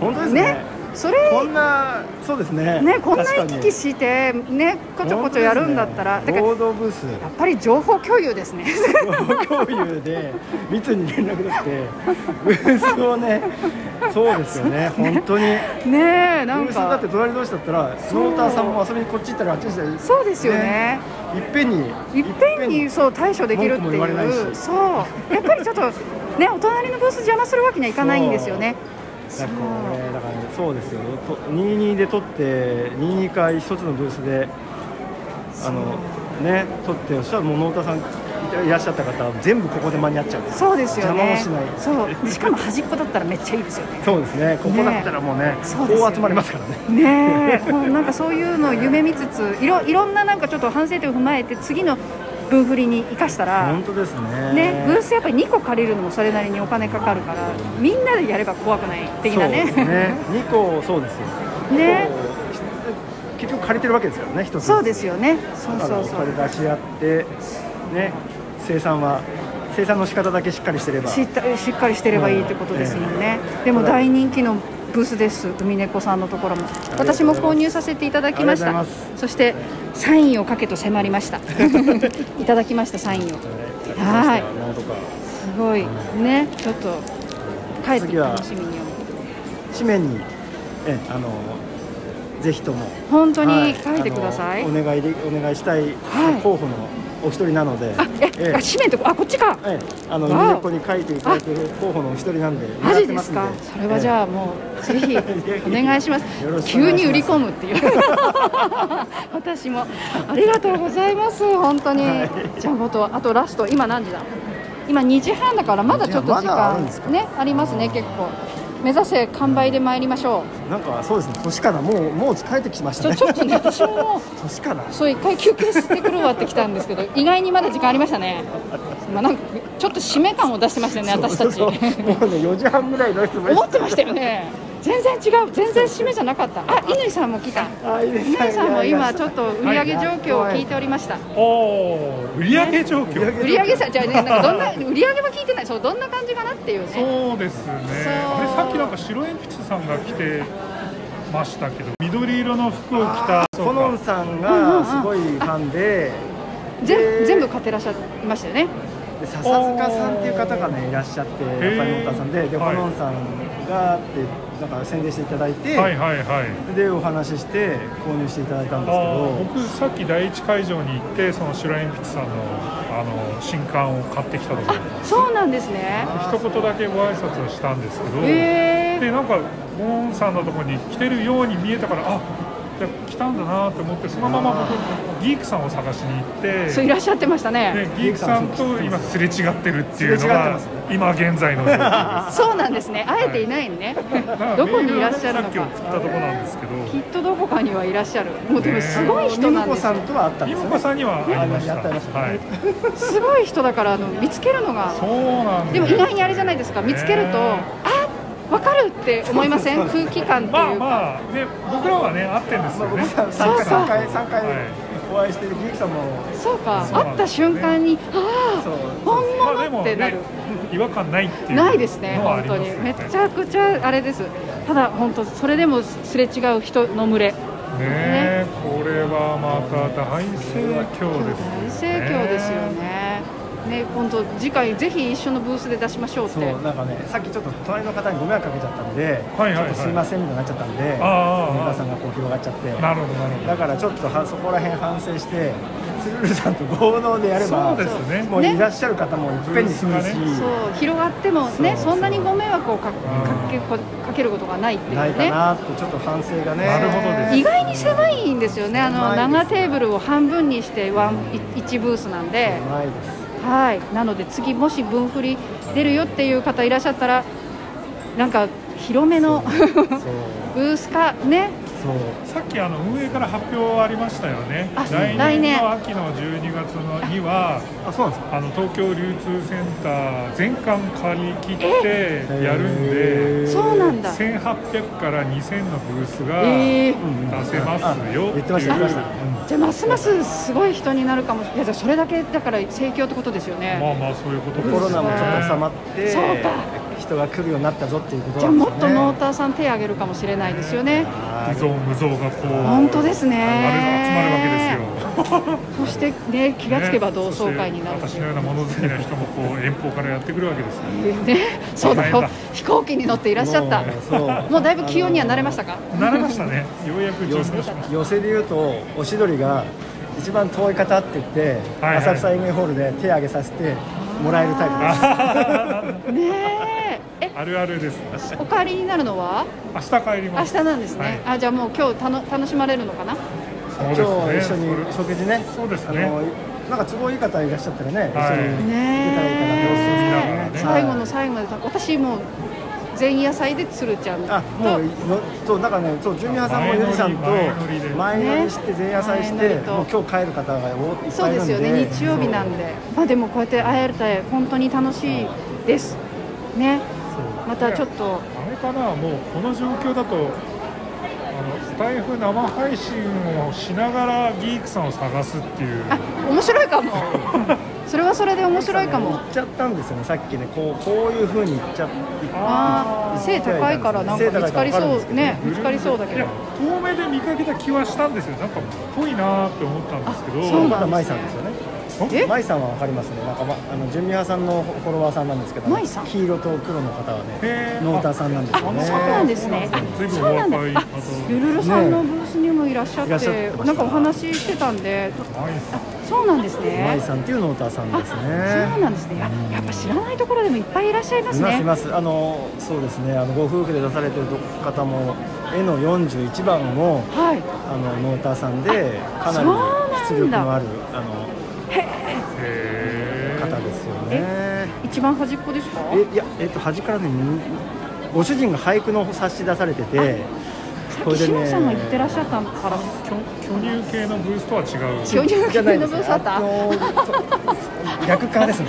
Speaker 5: 本当ですね
Speaker 4: ねそ
Speaker 5: こ
Speaker 4: れ
Speaker 5: んな、そうですね、
Speaker 4: ねこんな行
Speaker 5: 確
Speaker 4: き
Speaker 5: か
Speaker 4: 来
Speaker 5: に
Speaker 4: してねこちょこちょやるんだったら、
Speaker 5: 本当
Speaker 4: だから
Speaker 5: ですね
Speaker 4: や
Speaker 5: 合同ブース、
Speaker 4: っぱり情報共有ですね
Speaker 5: 共有で密に連絡できて、ブースをね、そうですよね、本当に。
Speaker 4: ねえな
Speaker 5: ブ
Speaker 4: ん
Speaker 5: ースだって
Speaker 4: か
Speaker 5: 隣同士だったら、ノ
Speaker 4: そう
Speaker 5: ーターさんも遊びにこっち行ったりあっち行ったり。
Speaker 4: そうですよね
Speaker 5: いっぺんに
Speaker 4: いっぺんにそう対処できるってい
Speaker 5: 文句も言われな
Speaker 4: う
Speaker 5: いし
Speaker 4: そうやっぱりちょっとねお隣のブース邪魔するわけにはいかないんですよね
Speaker 5: だからこれだからねそうですよと22で取って22回一つのブースであのね取ってそしたらもう農田さんいらっしゃった方は全部ここで間に合っちゃう
Speaker 4: そうですよね
Speaker 5: 邪魔もしない
Speaker 4: そうでしかも端っこだったらめっちゃいいですよね
Speaker 5: そうですねここだったらもうね
Speaker 4: そうですよね
Speaker 5: こう集まりますからね
Speaker 4: ねえもうなんかそういうのを夢見つついろいろんななんかちょっと反省点を踏まえて次の分振りに生かしたら
Speaker 5: 本、当ですね
Speaker 4: ね、ブースやっぱり2個借りるのもそれなりにお金かかるからみんなでやれば怖くない的なね
Speaker 5: そうですね2個そうですよ
Speaker 4: ね
Speaker 5: こう結局借りてるわけですからね一つずつ
Speaker 4: そうですよねそう
Speaker 5: だか
Speaker 4: そ
Speaker 5: ら
Speaker 4: う
Speaker 5: お
Speaker 4: そ
Speaker 5: 金
Speaker 4: う
Speaker 5: 出し合ってね生産は生産の仕方だけしっかりしてれ ば
Speaker 4: しったしっかりしてればいいってことですもんね、でも大人気のブースです海猫さんのところも
Speaker 5: とうございます
Speaker 4: 私も購入させていただきました
Speaker 5: ありがとうございま
Speaker 4: そしてサインをかけと迫りました いただきましたサインをはい
Speaker 5: なんとか
Speaker 4: すごいね、ちょっと帰って
Speaker 5: 次は
Speaker 4: 楽しみに思う
Speaker 5: 紙面にえあのぜひとも
Speaker 4: 本当
Speaker 5: は
Speaker 4: に書いてください。
Speaker 5: あのお願いでお願いしたい
Speaker 4: はい
Speaker 5: 候補のお一人なので、
Speaker 4: あ、え、
Speaker 5: え
Speaker 4: あ、紙面とこ、あ、こっちか。
Speaker 5: ええあの
Speaker 4: わあ
Speaker 5: ユニコに書いていただける候補のお一人なんで
Speaker 4: マジですか
Speaker 5: 狙ってま。ん
Speaker 4: それはじゃあもうぜひお願いします
Speaker 5: よろ。しくお
Speaker 4: 急
Speaker 5: 願いします
Speaker 4: に売り込むっていう。 私もありがとうございます。本当に。じゃああとあとラスト今何時だ。今2時半だからまだちょっと
Speaker 5: いやま
Speaker 4: 時
Speaker 5: だあるんですか
Speaker 4: 間ねありますね結構。目指せ完売で参りましょ
Speaker 5: なんかそうですね年からもうもう疲れてきまし
Speaker 4: う。
Speaker 5: た
Speaker 4: ちょ
Speaker 5: ね
Speaker 4: ちょっと ね私ももう。
Speaker 5: 年から
Speaker 4: そう一回休憩してくるわって来たんですけど意外にまだ時間ありましたね、まあ、なんかちょっと締め感を出してましたよね私たち
Speaker 5: そうそうそうもうね4時半ぐらいの人もいる
Speaker 4: 思ってましたよね全然違う全然締めじゃなかったあ乾さんも来た
Speaker 5: あいいですね
Speaker 4: 乾さんも今ちょっと売り上げ状況を
Speaker 5: はい
Speaker 4: 聞いておりました
Speaker 8: おー売上状況
Speaker 4: 売り上げさじゃあねなんかどん な売り上げも聞いてないそうどんな感じかなっていうね
Speaker 8: そうですねあれさっきなんか白鉛筆さんが来てましたけど緑色の服を着たそう
Speaker 5: コノン
Speaker 8: か
Speaker 5: さんがすごいファンで
Speaker 4: 全
Speaker 5: えー
Speaker 4: 全部買ってらっしゃいましたよね
Speaker 5: で笹塚さんっていう方がねいらっしゃって
Speaker 8: ー
Speaker 5: やっぱり農家さんででコ
Speaker 8: はい
Speaker 5: ノンさんがってなんか宣伝していただいて、
Speaker 8: はいはいはい
Speaker 5: でお話しして購入していただいたんですけ
Speaker 8: あ
Speaker 5: ど
Speaker 8: 僕さっき第一会場に行ってその白鉛筆さんのあの新刊を買ってきたところ
Speaker 4: あそうなんですね
Speaker 8: 一言だけご挨拶をしたんですけど、
Speaker 4: へー
Speaker 8: でなんかボーンさんのところに来てるように見えたからあじゃあ来たんだなと思ってそのまま僕ギークさんを探しに行って
Speaker 4: そういらっしゃってました
Speaker 8: で
Speaker 4: ね
Speaker 8: ギークさんと今すれ違ってるっていうのが
Speaker 5: すれ違
Speaker 8: 今現在の状況です
Speaker 4: そうなんですねあえていないねどこにいらっしゃる
Speaker 8: メールをねさ
Speaker 4: のか
Speaker 8: っき送ったとこなんですけど
Speaker 4: きっとどこかにはいらっしゃるもうでもすごい人
Speaker 5: 美
Speaker 4: なん
Speaker 5: 穂
Speaker 4: で
Speaker 5: 子
Speaker 4: す
Speaker 5: さ
Speaker 4: よ
Speaker 5: んとはあったん
Speaker 8: 美
Speaker 5: です
Speaker 8: 穂子
Speaker 5: よね
Speaker 8: さんにはありまし
Speaker 5: あ
Speaker 8: た
Speaker 5: のやってましたね
Speaker 8: はい、
Speaker 4: すごい人だからあの見つけるのが
Speaker 8: そうなん
Speaker 4: でも
Speaker 8: す
Speaker 4: 意外にあれじゃないですか見つけるとあ
Speaker 8: ね
Speaker 4: わかるって思いません
Speaker 5: そうそう
Speaker 4: 空気感って
Speaker 8: まあ
Speaker 4: いうか
Speaker 8: まあね僕らはね合ってんですよね。
Speaker 5: まあ僕さん三回三回
Speaker 8: はい
Speaker 5: お会いしてるギークさんも
Speaker 4: そうか
Speaker 8: そうなん
Speaker 4: 会った瞬間にあ
Speaker 5: そう
Speaker 4: あ本
Speaker 8: まあで
Speaker 4: 物
Speaker 8: も
Speaker 4: ってなる
Speaker 8: ね、違和感ないっていう
Speaker 4: ないですね、
Speaker 8: のはあ
Speaker 4: 本
Speaker 8: り
Speaker 4: 当
Speaker 8: ます
Speaker 4: に、
Speaker 8: よ
Speaker 4: めちゃくちゃあれです、ただ本当、それでもすれ違う人の群れ、
Speaker 8: ねえこれはまた大盛況です
Speaker 4: 大盛況ですよね、ね本当、次回、ぜひ一緒のブースで出しましょうっ
Speaker 5: そ
Speaker 4: て、
Speaker 5: うなんかねさっきちょっと隣の方にご迷惑かけちゃったんで、
Speaker 8: はいはいはい
Speaker 5: ちょっとすいませんみたいになっちゃったんで
Speaker 8: ああああ
Speaker 5: 皆さんがこう広がっちゃって
Speaker 8: なるほどなるほど
Speaker 5: だからちょっとはそこら辺反省して鶴ルさんと合同でやれば
Speaker 8: そうですね
Speaker 5: もういらっしゃる方もいっぺんに済むし、
Speaker 4: そう広がってもね、そんなにご迷惑をかかけこかけることがないっていう
Speaker 5: ないか
Speaker 4: ね。
Speaker 5: なってちょっと反省がね
Speaker 4: 意外に狭いんですよね、あの
Speaker 5: 狭い
Speaker 4: 長テーブルを半分にしてワン1ブースなんで、
Speaker 5: ないです
Speaker 4: はい、なので次、もし分振り出るよっていう方いらっしゃったら、なんか広めの ブースかね、
Speaker 8: さっきあの運営から発表ありましたよね
Speaker 4: あ
Speaker 8: 来
Speaker 4: 来
Speaker 8: 年
Speaker 4: 年
Speaker 8: の秋の12月のには
Speaker 5: あそうなんです
Speaker 8: かあの東京流通センター全館借り切ってやるんで
Speaker 4: そうなんだ
Speaker 8: 1800から2000のブースが
Speaker 4: え
Speaker 8: 出
Speaker 4: ー
Speaker 8: せますよっていう、
Speaker 4: じゃあ、ますますすごい人になるかもしれないや、じゃあそれだけだから盛況ってことですよね。
Speaker 8: まあまあそういうことですね
Speaker 5: コロナもちょっと収まって
Speaker 4: そうか
Speaker 5: 人が来るようになったぞっていうこと
Speaker 4: じゃあ
Speaker 5: なんで
Speaker 4: も
Speaker 5: す
Speaker 4: っ
Speaker 5: ね
Speaker 4: とノーターさん手挙げるかもしれないですよね。
Speaker 8: 無造無造がこう
Speaker 4: 本当ですね
Speaker 8: あれが集まるわけですよ
Speaker 4: そしてね気がつけば同窓会になる。
Speaker 8: 私のような物好きな人もこう遠方からやってくるわけですよ
Speaker 4: ね、そうだ
Speaker 8: 大変
Speaker 4: よ飛行機に乗っていらっしゃった。
Speaker 5: そう
Speaker 4: もうだいぶ気温には慣れましたか。
Speaker 8: 慣れましたねようやく
Speaker 5: 寄せ寄せで言うとおしどりが一番遠い方って言って、
Speaker 8: はい
Speaker 5: 浅草演芸ホールで手挙げさせてもらえるタ
Speaker 4: ね
Speaker 5: イ プです
Speaker 4: え、
Speaker 8: あるあるです
Speaker 4: お帰りになるのは
Speaker 8: 明日帰り
Speaker 4: 明
Speaker 8: ます
Speaker 4: 日なんですね。あじゃあもう今日たの楽しまれるのかな。
Speaker 8: そうですね
Speaker 5: 今日一緒に食事ねそうです
Speaker 8: ね
Speaker 5: あのなんか都合いい方いらっしゃったらね、一緒に
Speaker 4: ね
Speaker 5: 行けたらいいかなと思います
Speaker 4: 最後の最後までた私もう前夜祭でつるちゃんと。
Speaker 5: もうのそうなんかねそうジュニアさんもゆりさんと前乗りして前夜祭して、
Speaker 4: ね前乗りと
Speaker 5: もう今日帰る方がおいっ
Speaker 4: そ
Speaker 5: ぱ
Speaker 4: う
Speaker 5: い
Speaker 4: で
Speaker 5: いるん
Speaker 4: す
Speaker 5: で
Speaker 4: よね日曜日なんんでまあでもこうやって会えて本当に楽しいですねまたちょっと
Speaker 8: あれかなもうこの状況だとあのスタイフ生配信をしながらギークさんを探すっていう
Speaker 4: 面白いかもそれはそれで面白いかも
Speaker 5: 行っちゃったんですよねさっきねこうこういう風に行っちゃって
Speaker 4: あー背高いからなんか見つかりそうね見つかりそうだけ
Speaker 8: いや
Speaker 4: ど
Speaker 8: 遠目で見かけた気はしたんですよなんかぽいなーって思ったんですけど
Speaker 5: そうなんですねまだ舞さんですよねえ舞さんはわかりますねなんか、ま、あのジュニアさんのフォロワーさんなんですけどね、黄色と黒の方はねノーターさんなんですよね
Speaker 4: あそうなんですねあ
Speaker 8: 随分
Speaker 4: そうなんだ
Speaker 8: お若い
Speaker 4: あゆるるさんの
Speaker 5: ね
Speaker 4: ブースにもいらっしゃっ
Speaker 5: いらってしゃってました
Speaker 4: なんかお話ししてたんであそうなんです
Speaker 5: 舞
Speaker 4: ね
Speaker 5: さんっていうノーターさんですね
Speaker 4: そうなんですねあやっぱ知らないところでもいっぱいいらっしゃいます
Speaker 5: いますい
Speaker 4: ね
Speaker 5: ますあのそうですねあのご夫婦で出されてる方も絵の41番も、あのノーターさんでかなり出力のあるあの方ですよね
Speaker 4: 一番端っこですか
Speaker 5: えいや、えっと、端からねにご主人が俳句の冊子出されてて
Speaker 4: さっき志麻さんが言ってらっしゃったから
Speaker 8: 巨乳系のブースとは違う
Speaker 4: 巨乳系のブースあった
Speaker 5: 逆側ですね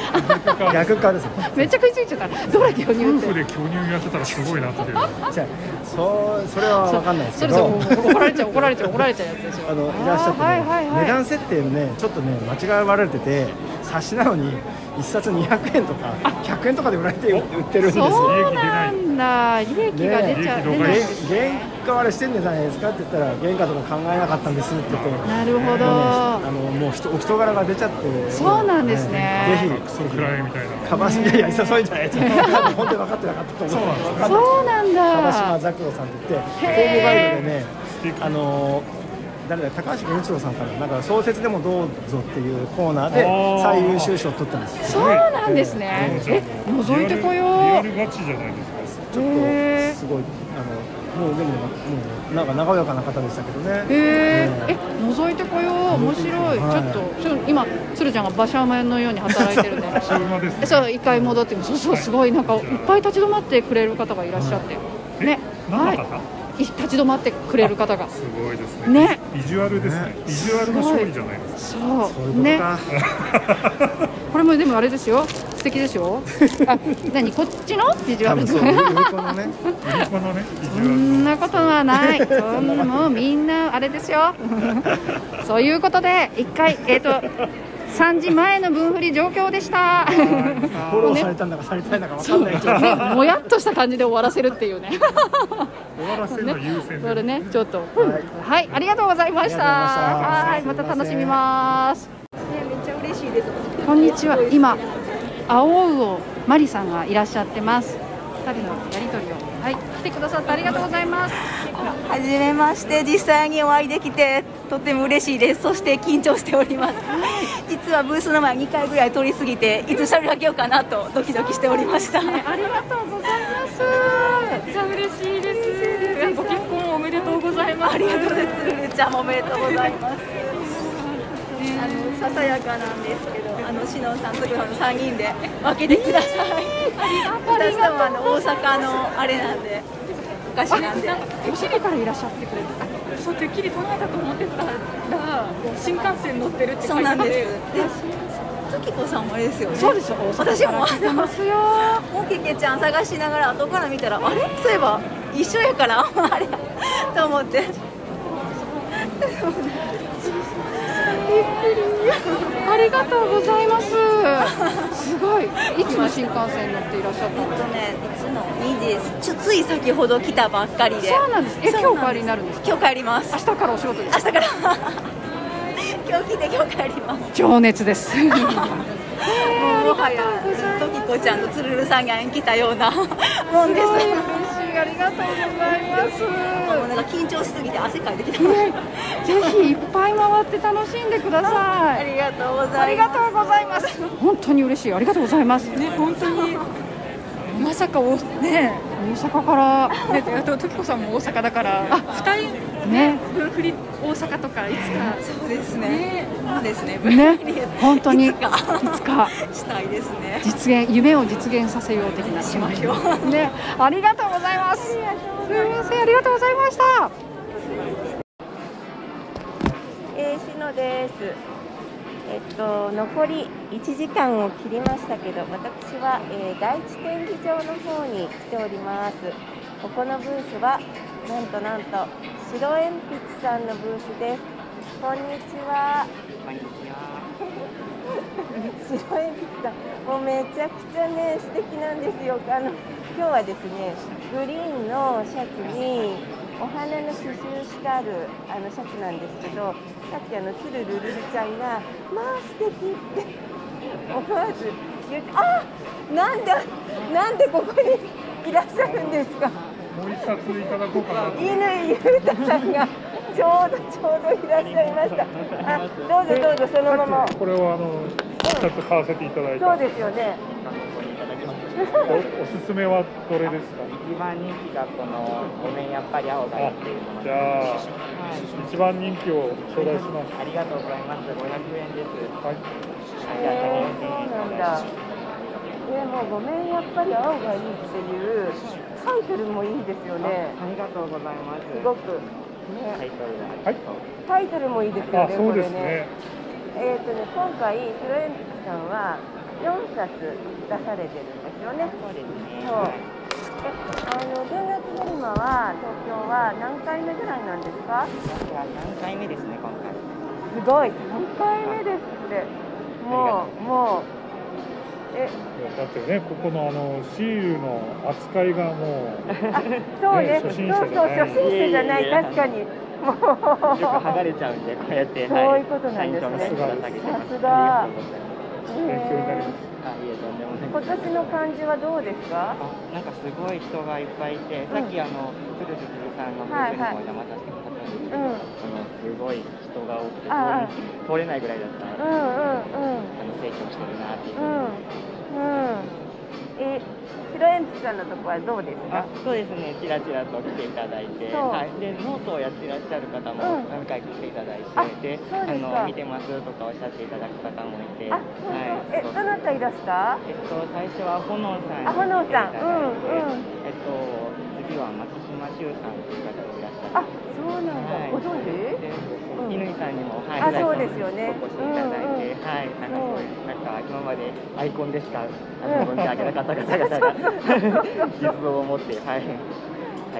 Speaker 5: 逆側ですね
Speaker 4: めっちゃ食いついちゃったどれ巨乳
Speaker 8: 夫婦で巨乳やってたらすごいなっていう
Speaker 5: じゃあそうそれは分かんないですけど
Speaker 4: それそれ怒られちゃう怒られちゃう怒られちゃうやつですよ
Speaker 5: あのいらっしゃって、ね
Speaker 4: あーはいはいはい
Speaker 5: 値段設定ねちょっとね間違われてて冊子なのに一冊200円とか100円とかで売られて売ってるんですよ
Speaker 4: そうなんだ利益が出ちゃう、出ない
Speaker 5: 原価割れしてんじゃないですかって言ったら原価とか考えなかったんですって言って
Speaker 4: なるほど
Speaker 5: もうねあのもう人お人柄が出ちゃって
Speaker 4: そうなんですね
Speaker 5: ぜ
Speaker 8: ひそれくらいみたいな
Speaker 5: かばしいやいや急いじゃないと多分本当に分かってなかったと思う
Speaker 4: そうなんだ
Speaker 5: 川島ザクロさんって言ってホームガイドでねあの誰だ高橋源一郎さんからなんか小説でもどうぞっていうコーナーで最優秀賞を取ったんですよ
Speaker 4: そうなんですねえ覗いてこよう
Speaker 8: リアルガチじゃないですか
Speaker 5: ちょっとすごいあのもうでももうなんか和やかな方でしたけどね
Speaker 4: へ
Speaker 5: ね
Speaker 4: ーえ覗いてこよう面白い、
Speaker 5: はい
Speaker 4: ちょっとちょっと今鶴ちゃんが馬車馬のように働いてるんでえそう一回戻ってそうそうすごいなんかいっぱい立ち止まってくれる方がいらっしゃって、ねはいい立ち止まってくれる方が
Speaker 8: すごいですね
Speaker 4: ね
Speaker 8: ビジュアルですねビジュアルの勝利じゃないです
Speaker 4: そ
Speaker 8: か
Speaker 4: うねこれもでもあれですよ素敵でしょあ何こっちのビジュアル
Speaker 8: 多分そう
Speaker 5: このね
Speaker 8: 売り子のねビジ
Speaker 4: そ
Speaker 8: ュ
Speaker 4: んなことはない。そんなもうみんなあれですよ。そういうことで一回えっ、と
Speaker 13: 3時前の分振り状況でした。
Speaker 5: フォローされたんだかされてないんだか分かんない状況
Speaker 4: ね、もやっとした感じで終わらせるっていうね。
Speaker 8: 終わらせるのは優先
Speaker 4: それね、ちょっと、はい、ありがとうございました。
Speaker 13: あ
Speaker 4: は
Speaker 13: り
Speaker 4: い、
Speaker 13: が
Speaker 4: ま
Speaker 13: と
Speaker 4: た
Speaker 13: うございます
Speaker 4: 楽しみます。
Speaker 14: めっちゃ嬉しいです。
Speaker 13: こんにちは。今青魚マリさんがいらっしゃってます。二人のやりとりをはい来てくださってありがとうございます。
Speaker 6: はじめまして、実際にお会いできてとても嬉しいです、そして緊張しております、実はブースの前2回ぐらい通り過ぎて、いつしゃべり上げようかなとドキドキしておりました。
Speaker 4: ありがとうございます。
Speaker 10: めっちゃ嬉しいです。ご結婚おめでとうございます。
Speaker 6: ありがとうございます、めちゃんもおめでとうございます。あのささやかなんですけど、あのしのさんとよはの3人で分けてください。私ともあの大阪のあれなんで、お菓子なんで。
Speaker 10: お尻からいらっしゃってくれて、あそうてっきり都内だと思ってたら、新幹線乗ってるって書いてあって
Speaker 6: そうなんです。で、時子さんもあれですよね。
Speaker 10: そうですよ
Speaker 6: 私も
Speaker 10: 大阪から来てます
Speaker 13: よ。
Speaker 6: もうけけちゃん探しながら後から見たらあれそういえば一緒やからあれと思って。
Speaker 4: ありがとうございます。すごい。いつも新幹線乗っていらっしゃったんですか。
Speaker 6: ね、いつの2時ちょつい先ほど来たばっかりで
Speaker 4: そうなんですえ
Speaker 6: そう
Speaker 4: 今日お帰りになるんです
Speaker 6: 今日帰ります明
Speaker 4: 日からお仕事です
Speaker 6: 明日から 今日来て今日帰ります
Speaker 4: 情熱です。
Speaker 6: もはやときこちゃんとつるるさんに会いに来たようなもんです
Speaker 4: す ごい 嬉しいありがとうございます
Speaker 6: もうなんか緊張しすぎて汗かいてきた
Speaker 4: ねぜひいっぱい回って楽しんでください。
Speaker 6: ありがとうございます
Speaker 4: ありがとうございます。本当に嬉しい。ありがとうございます。
Speaker 10: ね、本当に。まさかお、ね、
Speaker 4: 大阪から。
Speaker 10: ね、あと、時子さんも大阪だから、二人、
Speaker 4: ね、
Speaker 10: 分振り、大阪とか、いつか。
Speaker 6: そうですね。そうですね。
Speaker 4: ね、本当にいつ
Speaker 6: か
Speaker 4: か
Speaker 6: したいですね。
Speaker 4: 実現夢を実現させよう的な
Speaker 6: しましょう
Speaker 4: ね、ありがとうございます。すみません、ありがとうございました。
Speaker 2: えー、しのです。えっと残り1時間を切りましたけど、私は、えー第一展示場の方に来ております。ここのブースはなんとなんと白鉛筆さんのブースです。こんにちは。こんにちは。白鉛筆さん、もうめちゃくちゃね素敵なんですよ。あの今日はですね、グリーンのシャツにお花の刺繍してあるあのシャツなんですけど、さっきあのつるるるるちゃんがまあ素敵って思わず言って、あ、なんでなんでここにいらっしゃるんですか。
Speaker 8: もう一冊いただこうかなと
Speaker 2: 乾裕太さんがちょうどちょうどいらっしゃいました。あ、どうぞどうぞそのまま。
Speaker 8: これをあの一冊買わせていただいた
Speaker 2: そうですよね。
Speaker 8: おおすすめはどれですか
Speaker 15: 一番人気がこのごめんやっぱり青がいいっていうの
Speaker 8: じゃあ一番人気を頂戴します
Speaker 15: ありがとうございます500円です
Speaker 8: はい
Speaker 15: じゃあ
Speaker 2: えー、そうなんだ。えー、もうごめんやっぱり青がいいっていうタイトルもいいですよね。
Speaker 15: ありがとうございます
Speaker 2: すごくね。
Speaker 15: タイトルは
Speaker 8: はい
Speaker 2: タイトルもいいですよね。
Speaker 15: あそうですね
Speaker 2: これえっ、とね今回白鉛筆さんは4冊出されてるんですよね。そうですね。そう。えあの文学フリマは東京は何回目ぐらいなんですか？
Speaker 15: 3回目ですね今 回
Speaker 2: すごい3回目ですって。もうもうえ
Speaker 8: だってねここのあのシールの扱い がもう
Speaker 2: あそうね、そう
Speaker 8: 初
Speaker 2: そ
Speaker 8: 心
Speaker 2: う、
Speaker 8: 者じゃ
Speaker 2: 初
Speaker 8: ない
Speaker 2: 心者じゃないい、
Speaker 8: えいえ
Speaker 2: 確かに。もう。
Speaker 15: よく剥がれちゃうんでこうやって
Speaker 2: そういうことなんで
Speaker 15: 社員
Speaker 2: すね
Speaker 15: との質問を下げてます
Speaker 2: さすが
Speaker 15: ありがとうございます
Speaker 2: 勉強になります
Speaker 15: あいえとんでもない
Speaker 2: 今年の漢字はどうですか。
Speaker 15: なんかすごい人がいっぱいいて、
Speaker 2: ん
Speaker 15: さっきあのつるつるさんのブースにもお邪魔させてもらったんですけど、
Speaker 2: はいはい
Speaker 15: そのすごい人が多くて
Speaker 2: ああ
Speaker 15: 通り通れないぐらいだったの
Speaker 2: う
Speaker 15: で、
Speaker 2: ん、うん、うん、
Speaker 15: あの成長してるなっていうふう
Speaker 2: うん、
Speaker 15: に
Speaker 2: うん。え、白鉛筆さんのとこはどうですか
Speaker 15: あ。そうですね、ちらちらと来ていただいて、
Speaker 2: そう
Speaker 15: はい、でノートをやってらっしゃる方
Speaker 2: う
Speaker 15: も
Speaker 2: ん
Speaker 15: 何回か来ていただいて、で
Speaker 2: そうですか
Speaker 15: の見てますとかおっしゃっていただく方もいて、
Speaker 2: あ、本当。
Speaker 15: はい、す
Speaker 2: え、
Speaker 15: ご
Speaker 2: ど
Speaker 15: く
Speaker 2: なたいらした。
Speaker 15: えっと、最初はほのんさんに
Speaker 2: あほのんさ
Speaker 15: 来
Speaker 2: ん
Speaker 15: ていただいて
Speaker 2: うんうん
Speaker 15: えっと、次は牧島修さんという方がいらっしゃる。
Speaker 2: そうなんだ。ご存知。うん
Speaker 15: 乾さんにも、はい、
Speaker 2: あそうですよね
Speaker 15: お越しいただいて、
Speaker 2: うんうん
Speaker 15: はい、なんかそういう、なんか今までアイコンでしか、あ
Speaker 2: う
Speaker 15: の、
Speaker 2: ん
Speaker 15: 存じ上げなかった方々が。 実像を持って、はい。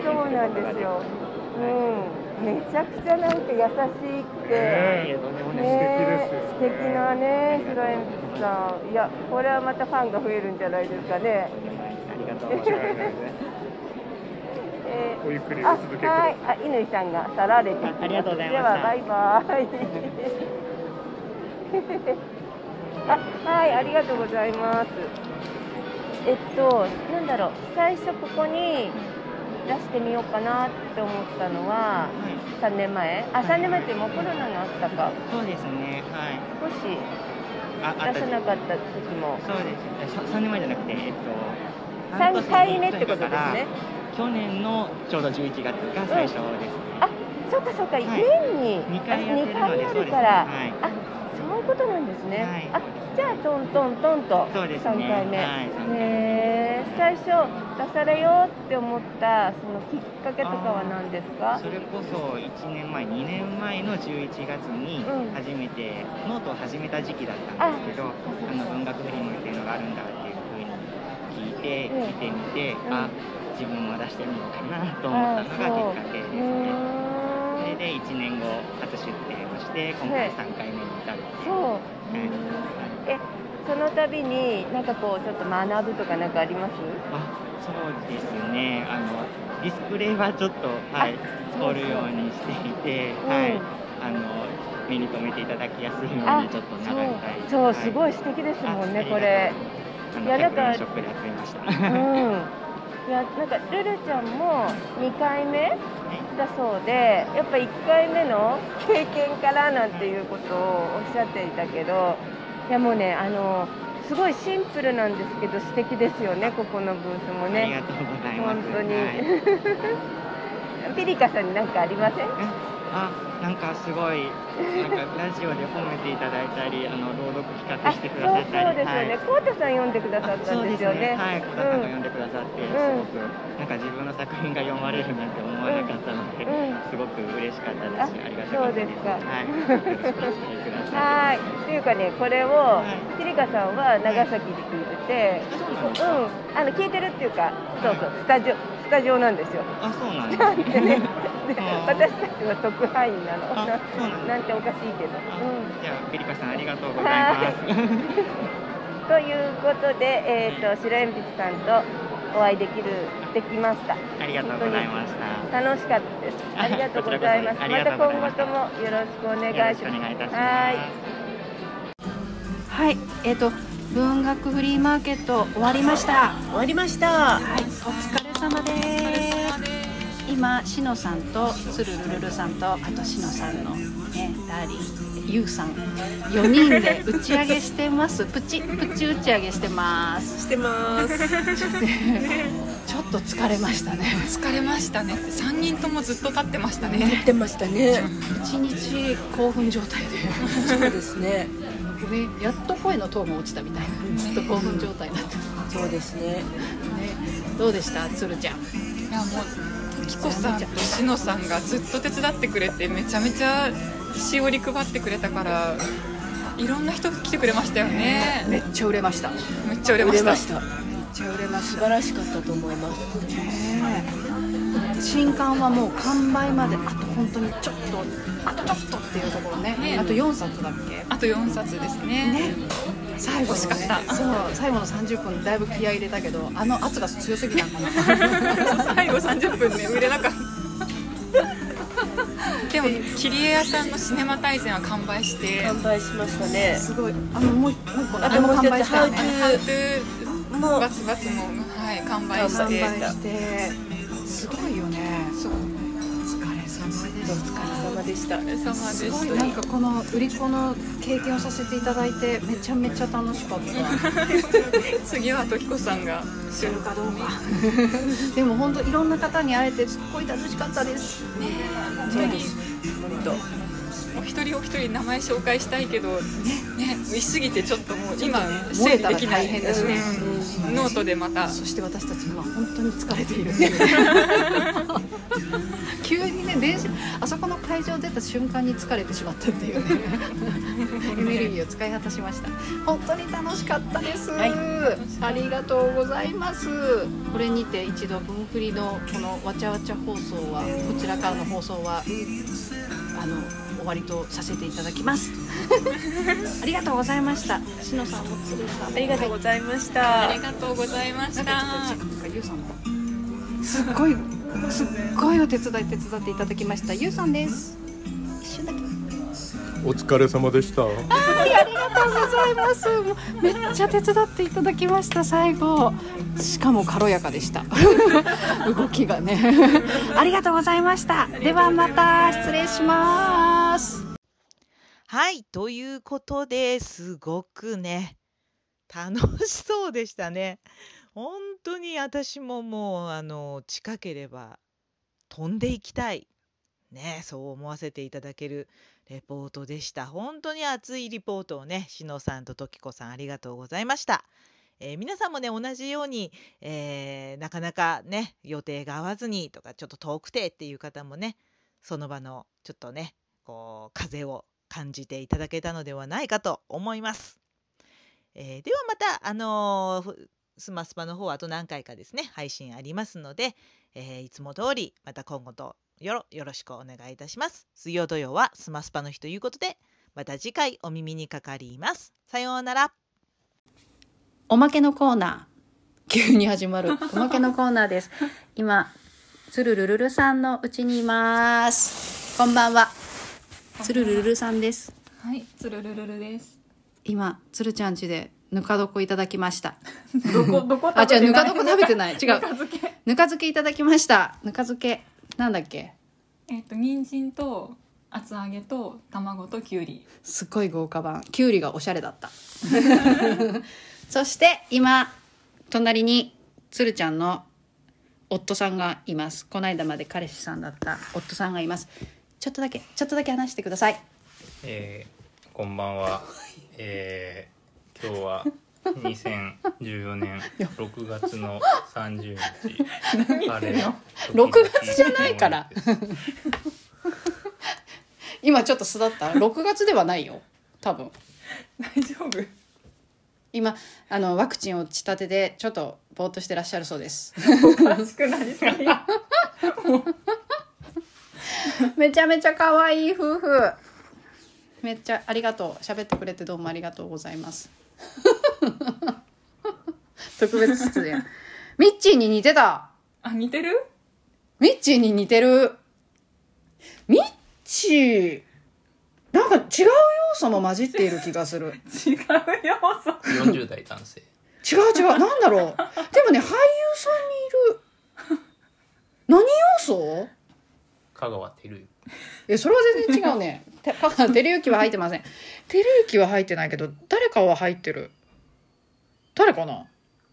Speaker 2: そうなんですよ。うん。めちゃくちゃなんか優しくて、
Speaker 15: ええとんでもない
Speaker 2: ねえ
Speaker 15: 素
Speaker 2: 素
Speaker 15: 敵ですよね
Speaker 2: 敵なね、ヒロエンさん、いや、これはまたファンが増えるんじゃないですかね。
Speaker 15: ありがとうございます。
Speaker 2: えー
Speaker 15: おゆっくりお
Speaker 2: あ
Speaker 15: 続けくだ
Speaker 2: は
Speaker 15: さ
Speaker 2: い、あ、乾さんが去られてきます。
Speaker 15: あありがとうございました
Speaker 2: では、バイ バイ。あ、はい、ありがとうございます。えっと、なんだろう、最初ここに出してみようかなって思ったのは、3年前あ、3年前ってもうコロナのあったか
Speaker 15: そうですね、はい。
Speaker 2: 少し
Speaker 15: あ、
Speaker 2: 出せなかった時も。
Speaker 15: そうです。えさ三年前じゃなくて、えっと、
Speaker 2: 三
Speaker 15: 半年
Speaker 2: 回目ってことです
Speaker 15: だ
Speaker 2: ね
Speaker 15: から。去年のちょうど11月が最初です。
Speaker 2: そうかそうか、
Speaker 15: い
Speaker 2: 年に
Speaker 15: 二
Speaker 2: あ
Speaker 15: 回やって
Speaker 2: 二
Speaker 15: るの
Speaker 2: 回
Speaker 15: で、
Speaker 2: あ
Speaker 15: そうで
Speaker 2: る
Speaker 15: すね。
Speaker 2: から、
Speaker 15: はい。
Speaker 2: そういうことなんですね。あ、じゃあトントントンと
Speaker 15: そうですね
Speaker 2: 三回目。
Speaker 15: はい三回目
Speaker 2: へえ最初出されようって思ったそのきっかけとかは何ですか
Speaker 15: そ？れこそ1年前、2年前の11月に初めて、ノートを始めた時期だったんですけど、あの文学フリマっていうのがあるんだっていうふうに聞いて、
Speaker 2: うん
Speaker 15: 来てみて、
Speaker 2: うん
Speaker 15: あ自分も出してみようかなと思ったのがきっかけです
Speaker 2: う
Speaker 15: ね。
Speaker 2: ーん
Speaker 15: それで1年後、初出店をして、今回3回目に至るっていう。
Speaker 2: そう。
Speaker 15: はい
Speaker 2: え、その度になんかこうちょっと学ぶとかなんかあります？
Speaker 15: あそうですねあのディスプレイはちょっと、はい、
Speaker 2: そうそう
Speaker 15: 取るようにしていて、
Speaker 2: うん
Speaker 15: はい、あの目に留めていただきやすいようにちょっと並べたい
Speaker 2: そう、
Speaker 15: はい、
Speaker 2: すごい素敵ですもんね
Speaker 15: あ
Speaker 2: これ。
Speaker 15: あの
Speaker 2: いやなんか
Speaker 15: 100円ショップで集めました
Speaker 2: うん、いやなんかルルちゃんも2回目だそうでやっぱ1回目の経験からなんていうことをおっしゃっていたけどいやもうねあのすごいシンプルなんですけど素敵ですよねここのブース も
Speaker 15: ありが
Speaker 2: ね
Speaker 15: とうございます
Speaker 2: 本当に、
Speaker 15: はい
Speaker 2: ピリカさんに何かありません
Speaker 15: あなんかすごいなんかラジオで褒めていただいたりあの朗読企画してくだ
Speaker 2: そう
Speaker 15: さ
Speaker 2: そう
Speaker 15: っ
Speaker 2: です
Speaker 15: たり
Speaker 2: よね、コウタさん読んでくださった
Speaker 15: そ
Speaker 2: ん
Speaker 15: う
Speaker 2: で
Speaker 15: ですす
Speaker 2: よ
Speaker 15: よ
Speaker 2: ね
Speaker 15: ね。はい、小田さんが
Speaker 2: うん
Speaker 15: 読んでくださって、
Speaker 2: うん
Speaker 15: すごくなんか自分の作品が読まれるなんて思わなかったので、
Speaker 2: うん
Speaker 15: すごく嬉しかったですし、ありがた
Speaker 2: そ
Speaker 15: かっ
Speaker 2: う
Speaker 15: た
Speaker 2: で
Speaker 15: ですす。
Speaker 2: か
Speaker 15: はい、よろしくお付き合いください。
Speaker 2: はい、というかね、これを、ひりかさんは長崎で聞いてて、うん、あの聞いてるっていうか、そうそう、スタジオ、スタジオなんですよ。
Speaker 15: あ、そうなんです
Speaker 2: なん てね、で私たちの特派員なの、なんておかしいけど。うん
Speaker 15: じゃあ、ペリカさんありがとうございます。
Speaker 2: ということで、えっ、と、白鉛筆さんとお会いできる、できまし た。
Speaker 15: ありがとうございました。
Speaker 2: 楽しかった です。ありがとうございます。
Speaker 15: こ
Speaker 2: ま
Speaker 15: ちらこ
Speaker 2: た
Speaker 15: そあ
Speaker 2: 今
Speaker 15: りがとうご
Speaker 2: 後と
Speaker 15: ざいました
Speaker 2: もよろしくお願
Speaker 15: よろ
Speaker 2: い
Speaker 15: し
Speaker 2: し
Speaker 15: くお
Speaker 2: ます。
Speaker 15: 願いいたしま
Speaker 2: は
Speaker 15: す。
Speaker 4: はい、えっ、と文学フリーマーケット終わりました。終わりました。はい、お疲れ様です。今しのさんとつるるるるさんとあとしのさんのねダーリンゆうさん4人で打ち上げしてます。プチプチ打ち上げしてます。してます。ちょっと疲れましたね。
Speaker 16: 疲れましたね3人ともずっと立ってましたね
Speaker 4: 立ってましたね一日興奮状態でそうですねやっと声のトーンが落ちたみたいなずっと興奮状態になってそうですねねどうでしたつるちゃ
Speaker 16: い
Speaker 4: ん
Speaker 16: やもうキコさんとしのさんがずっと手伝ってくれてめちゃめちゃしおり配ってくれたからいろんな人来てくれましたよね
Speaker 4: めっちゃ売れました
Speaker 16: めっちゃ売れました
Speaker 4: めっちゃ売れました素晴らしかったと思います新刊はもう完売まであと本当にちょっとあとちょっとっていうところね
Speaker 16: ね
Speaker 4: あと4冊だっけ
Speaker 16: あと4冊ですね
Speaker 4: 最後の、
Speaker 16: 惜し
Speaker 4: ね、
Speaker 16: かった
Speaker 4: そう最後の30分だいぶ気合い入れたけどあの圧が強すぎたのか な
Speaker 16: 最後30分ね売れなかったでも切り絵屋さんのシネマ大全は完売して完売しましたね
Speaker 4: すごいあのもうもう一個の
Speaker 16: あともう一つ
Speaker 4: 完売したよね
Speaker 16: ハウト ゥーもバツバツもはい完売して
Speaker 4: 完売してすごいよねそう疲れ様でしたお疲れ様で
Speaker 16: れ様
Speaker 4: した
Speaker 16: でした
Speaker 4: すごいなんかこの売り子の経験をさせていただいてめちゃめちゃ楽しかった
Speaker 16: 次は時子さんがするかどうか
Speaker 4: でも本当いろんな方に会えてすっごい楽しかったですね
Speaker 16: 本当にお一人お一人名前紹介したいけどね見すぎてちょっともう今
Speaker 4: 漏
Speaker 16: 整
Speaker 4: れ
Speaker 16: 理
Speaker 4: た
Speaker 16: で
Speaker 4: ら
Speaker 16: きな
Speaker 4: 大
Speaker 16: い
Speaker 4: 変ですね、
Speaker 16: うんノートでまた
Speaker 4: そして私たち今本当に疲れている急急にね電車あそこの会場出た瞬間に疲れてしまったってい うねエネルギーを使い果たしました本当に楽しかったです、ありがとうございますこれにて一度文振りのこのわちゃわちゃ放送はこちらからの放送はあの終わりとさせていただきますありがとうございましたしのさんもつるさんも
Speaker 17: ありがとうございました、
Speaker 4: はい
Speaker 2: ありがとうございました
Speaker 4: なんかちょっと時間がゆうさんもすっごいすっごいお手伝い手伝っていただきましたゆうさんです一瞬だけ
Speaker 10: お疲れ様でした。
Speaker 4: はいありがとうございますもうめっちゃ手伝っていただきました最後しかも軽やかでした 動きがねありがとうございましたではまた失礼します
Speaker 1: はいということですごくね楽しそうでしたね本当に私ももうあの近ければ飛んでいきたいねそう思わせていただけるレポートでした本当に熱いリポートをねしのさんとときこさんありがとうございました、えー皆さんもね同じように、えーなかなかね予定が合わずにとかちょっと遠くてっていう方もねその場のちょっとねこう風を感じていただけたのではないかと思います、えーではまたあのーふスマスパの方はあと何回かですね配信ありますので、えーいつも通りまた今後とよろよろしくお願いいたします水曜土曜はスマスパの日ということでまた次回お耳にかかりますさようなら
Speaker 4: おまけのコーナー急に始まるおまけのコーナーです今つるるるるさんのうちにいますこんばんはつるるるるさんです
Speaker 6: はい、つるるるるです。
Speaker 4: 今つるちゃん家でぬか床いただきました
Speaker 6: どこ、どこ
Speaker 4: あ違うぬか床食べてない違う
Speaker 6: ぬか漬け
Speaker 4: ぬか漬けいただきましたぬか漬けなんだっけ
Speaker 6: えっ、と、人参と厚揚げと卵ときゅうり。
Speaker 4: すっごい豪華版きゅうりがおしゃれだった そして今隣につるちゃんの夫さんがいますこの間まで彼氏さんだった夫さんがいますちょっとだけちょっとだけ話してください
Speaker 8: えーこんばんは。えー今日は2014年6月の30日。あれ
Speaker 4: 6月じゃないから 今ちょっと巣立った6月ではないよ多分
Speaker 6: 大丈夫
Speaker 4: 今あのワクチンを打ち立てでちょっとぼーっとしてらっしゃるそうです
Speaker 6: おかしくなりすぎ。
Speaker 4: めちゃめちゃ可愛い夫婦めっちゃありがとう喋ってくれてどうもありがとうございます 特別出演ミッチーに似てた
Speaker 6: あ、似てる
Speaker 4: ミッチーに似てるミッチーなんか違う要素も混じっている気がする
Speaker 6: 違う要素
Speaker 8: 40代男性。
Speaker 4: 違う違うなんだろうでもね俳優さんにいる何要素
Speaker 8: 香川照之。
Speaker 4: えそれは全然違うねて香川照之は入ってません照之は入ってないけど誰かは入ってる誰かな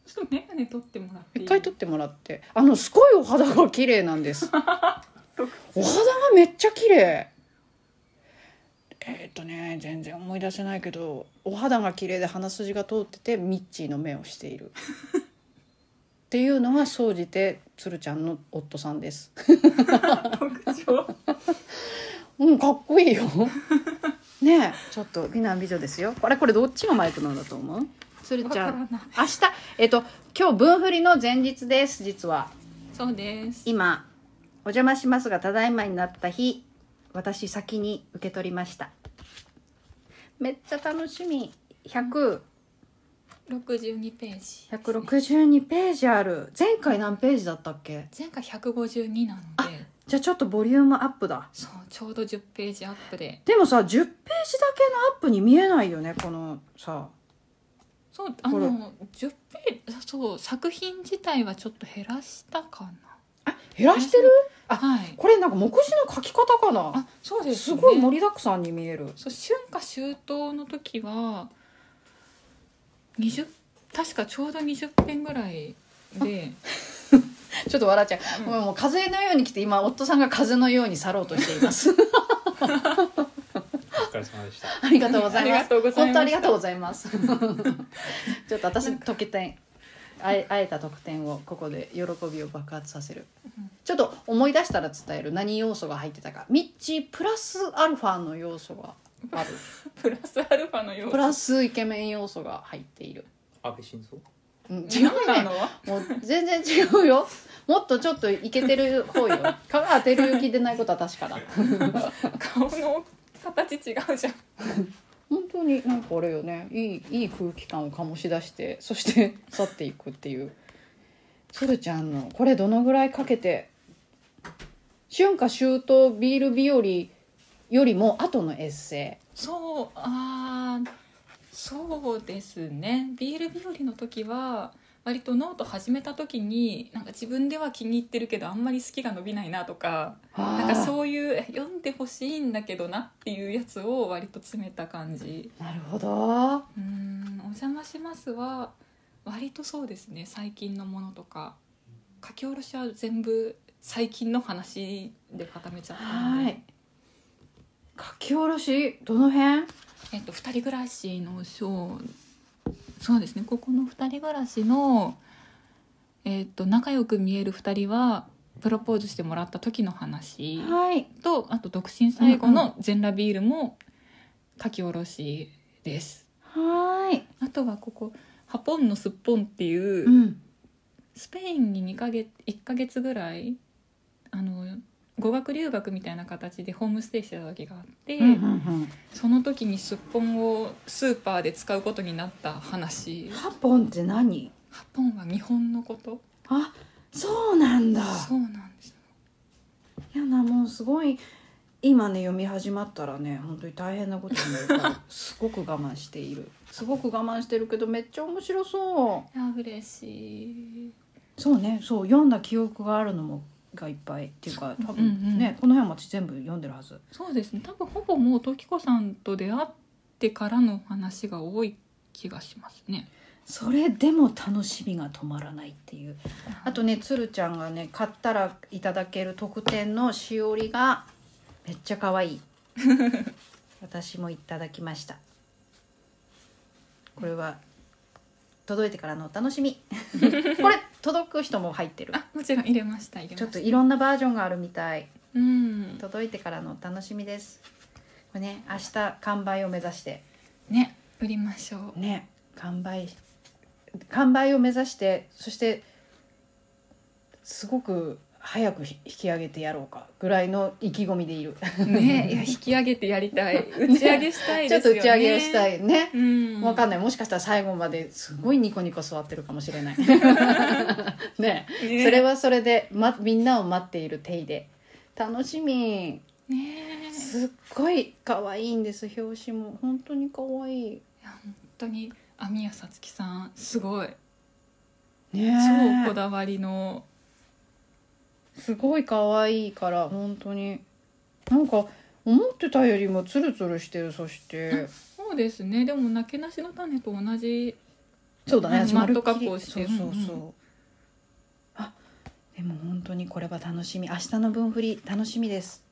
Speaker 6: ちょっとメガネ取ってもらってい
Speaker 4: 一
Speaker 6: い
Speaker 4: 回撮ってもらってあのすごいお肌が綺麗なん ですお肌がめっちゃ綺麗えーっとね全然思い出せないけどお肌が綺麗で鼻筋が通っててミッチーの目をして いるっていうのは総じてつるちゃんの夫さんです うんかっこい いよねえちょっと美男美女ですよあれこれどっちがマイクなんだと思うつるちゃん明日えっと今日分振りの前日です実は
Speaker 6: そうです
Speaker 4: 今お邪魔しますがただいまになった日私先に受け取りましためっちゃ楽しみ100
Speaker 6: 62ページ。
Speaker 4: 162ページある前回何ページだったっけ
Speaker 6: 前回152なので、
Speaker 4: じゃあちょっとボリュームアップだ
Speaker 6: そうちょうど10ページアップで。
Speaker 4: でもさ10ページだけのアップに見えないよねこのさ
Speaker 6: そう、あ
Speaker 4: ほら
Speaker 6: の、10ページ、そう、作品自体はちょっと減らしたかな。
Speaker 4: 減らしてる
Speaker 6: あ、
Speaker 4: これなんか目次の書き方かなあ
Speaker 6: そうです
Speaker 4: すごい盛りだくさんに見える
Speaker 6: そう春夏秋冬の時は20確かちょうど20編ぐらいで
Speaker 4: ちょっと笑っちゃう、もうもう風のように来て今夫さんが風のように去ろうとしています
Speaker 8: お疲れ様でした。
Speaker 4: ありがとうございます
Speaker 6: ありがとうございました
Speaker 4: 本当ありがとうございますちょっと私時計店あえ会えた特典をここで喜びを爆発させるちょっと思い出したら伝える何要素が入ってたかミッチープラスアルファの要素がある
Speaker 6: プラスアルファのよう
Speaker 4: プラスイケメン要素が入っている
Speaker 8: 安倍晋三
Speaker 4: うん違うねもう全然違うよもっとちょっとイケてる方よ顔当てる気でないことは確かだ
Speaker 6: 顔の形違うじゃん
Speaker 4: 本当になんかあれよねいいいい空気感を醸し出してそして去っていくっていう鶴ちゃんのこれどのぐらいかけて春夏秋冬ビール日和よりも後のエッセイ
Speaker 6: そうあーそうですねビール日和の時は割とノート始めた時になんか自分では気に入ってるけどあんまり好きが伸びないなとかなんかそういうえ読んでほしいんだけどなっていうやつを割と詰めた感じ
Speaker 4: なるほど
Speaker 6: うんお邪魔しますは割とそうですね最近のものとか書き下ろしは全部最近の話で固めちゃったので、
Speaker 4: はい書き下ろしどの辺
Speaker 6: えっと二人暮らしの章そうですねここの二人暮らしのえっと仲良く見える二人はプロポーズしてもらった時の話とあと独身最後の全裸ビールも書き下ろしです。
Speaker 4: はい
Speaker 6: あとはここ「ハポンのすっぽん」っていう、スペインに2ヶ月1ヶ月ぐらいあの語学留学みたいな形でホームステイしてた時があって、
Speaker 4: うんうんうん
Speaker 6: その時にすっぽんをスーパーで使うことになった話
Speaker 4: ハポンって何
Speaker 6: ハポンは日本のこと
Speaker 4: あそうなんだ
Speaker 6: そうなんです
Speaker 4: いやなもうすごい今ね読み始まったらね本当に大変なことになるから すごく我慢しているすごく我慢してるけどめっちゃ面白そ
Speaker 6: いや嬉しい、
Speaker 4: うそうねそう読んだ記憶があるのもがいっぱいっていうか多分ね、この辺も私全部読んでるはず
Speaker 6: そうですね多分ほぼもう時子さんと出会ってからの話が多い気がしますね
Speaker 4: それでも楽しみが止まらないっていうあとねつるちゃんがね買ったらいただける特典のしおりがめっちゃ 可愛い私もいただきましたこれは届いてからのお楽 しみこれ届く人も入ってる
Speaker 6: もちろん入れました入れま
Speaker 4: ち
Speaker 6: し
Speaker 4: ょったといろんなバージョンがあるみたい
Speaker 6: うん
Speaker 4: 届いてからのお楽しみですこれね明日完売を目指して
Speaker 6: ね売りましょ
Speaker 4: うね完売完売を目指してそしてすごく早くひ引き上げてやろうかぐらいの意気込みでいる
Speaker 6: ねいや引き上げてやりたい打ち上げしたいですよね
Speaker 4: ちょっと打ち上げしたいね、
Speaker 6: うん
Speaker 4: わかんないもしかしたら最後まですごいニコニコ座ってるかも しれないね
Speaker 6: ね
Speaker 4: それはそれで、ま、みんなを待っている手で楽しみ
Speaker 6: ねえ
Speaker 4: すっごい可愛いんです表紙も本当に可愛い
Speaker 6: 本当に網谷さつきさんすごい
Speaker 4: ねえ
Speaker 6: 超こだわりの
Speaker 4: すごい可愛いから本当になんか思ってたよりもツルツルしてるそして
Speaker 6: そうですねでもなけなしの種と同じ
Speaker 4: そうだね
Speaker 6: マット加工して
Speaker 4: そうそうそう、
Speaker 6: うん
Speaker 4: あでも本当にこれは楽しみ明日の分振り楽しみです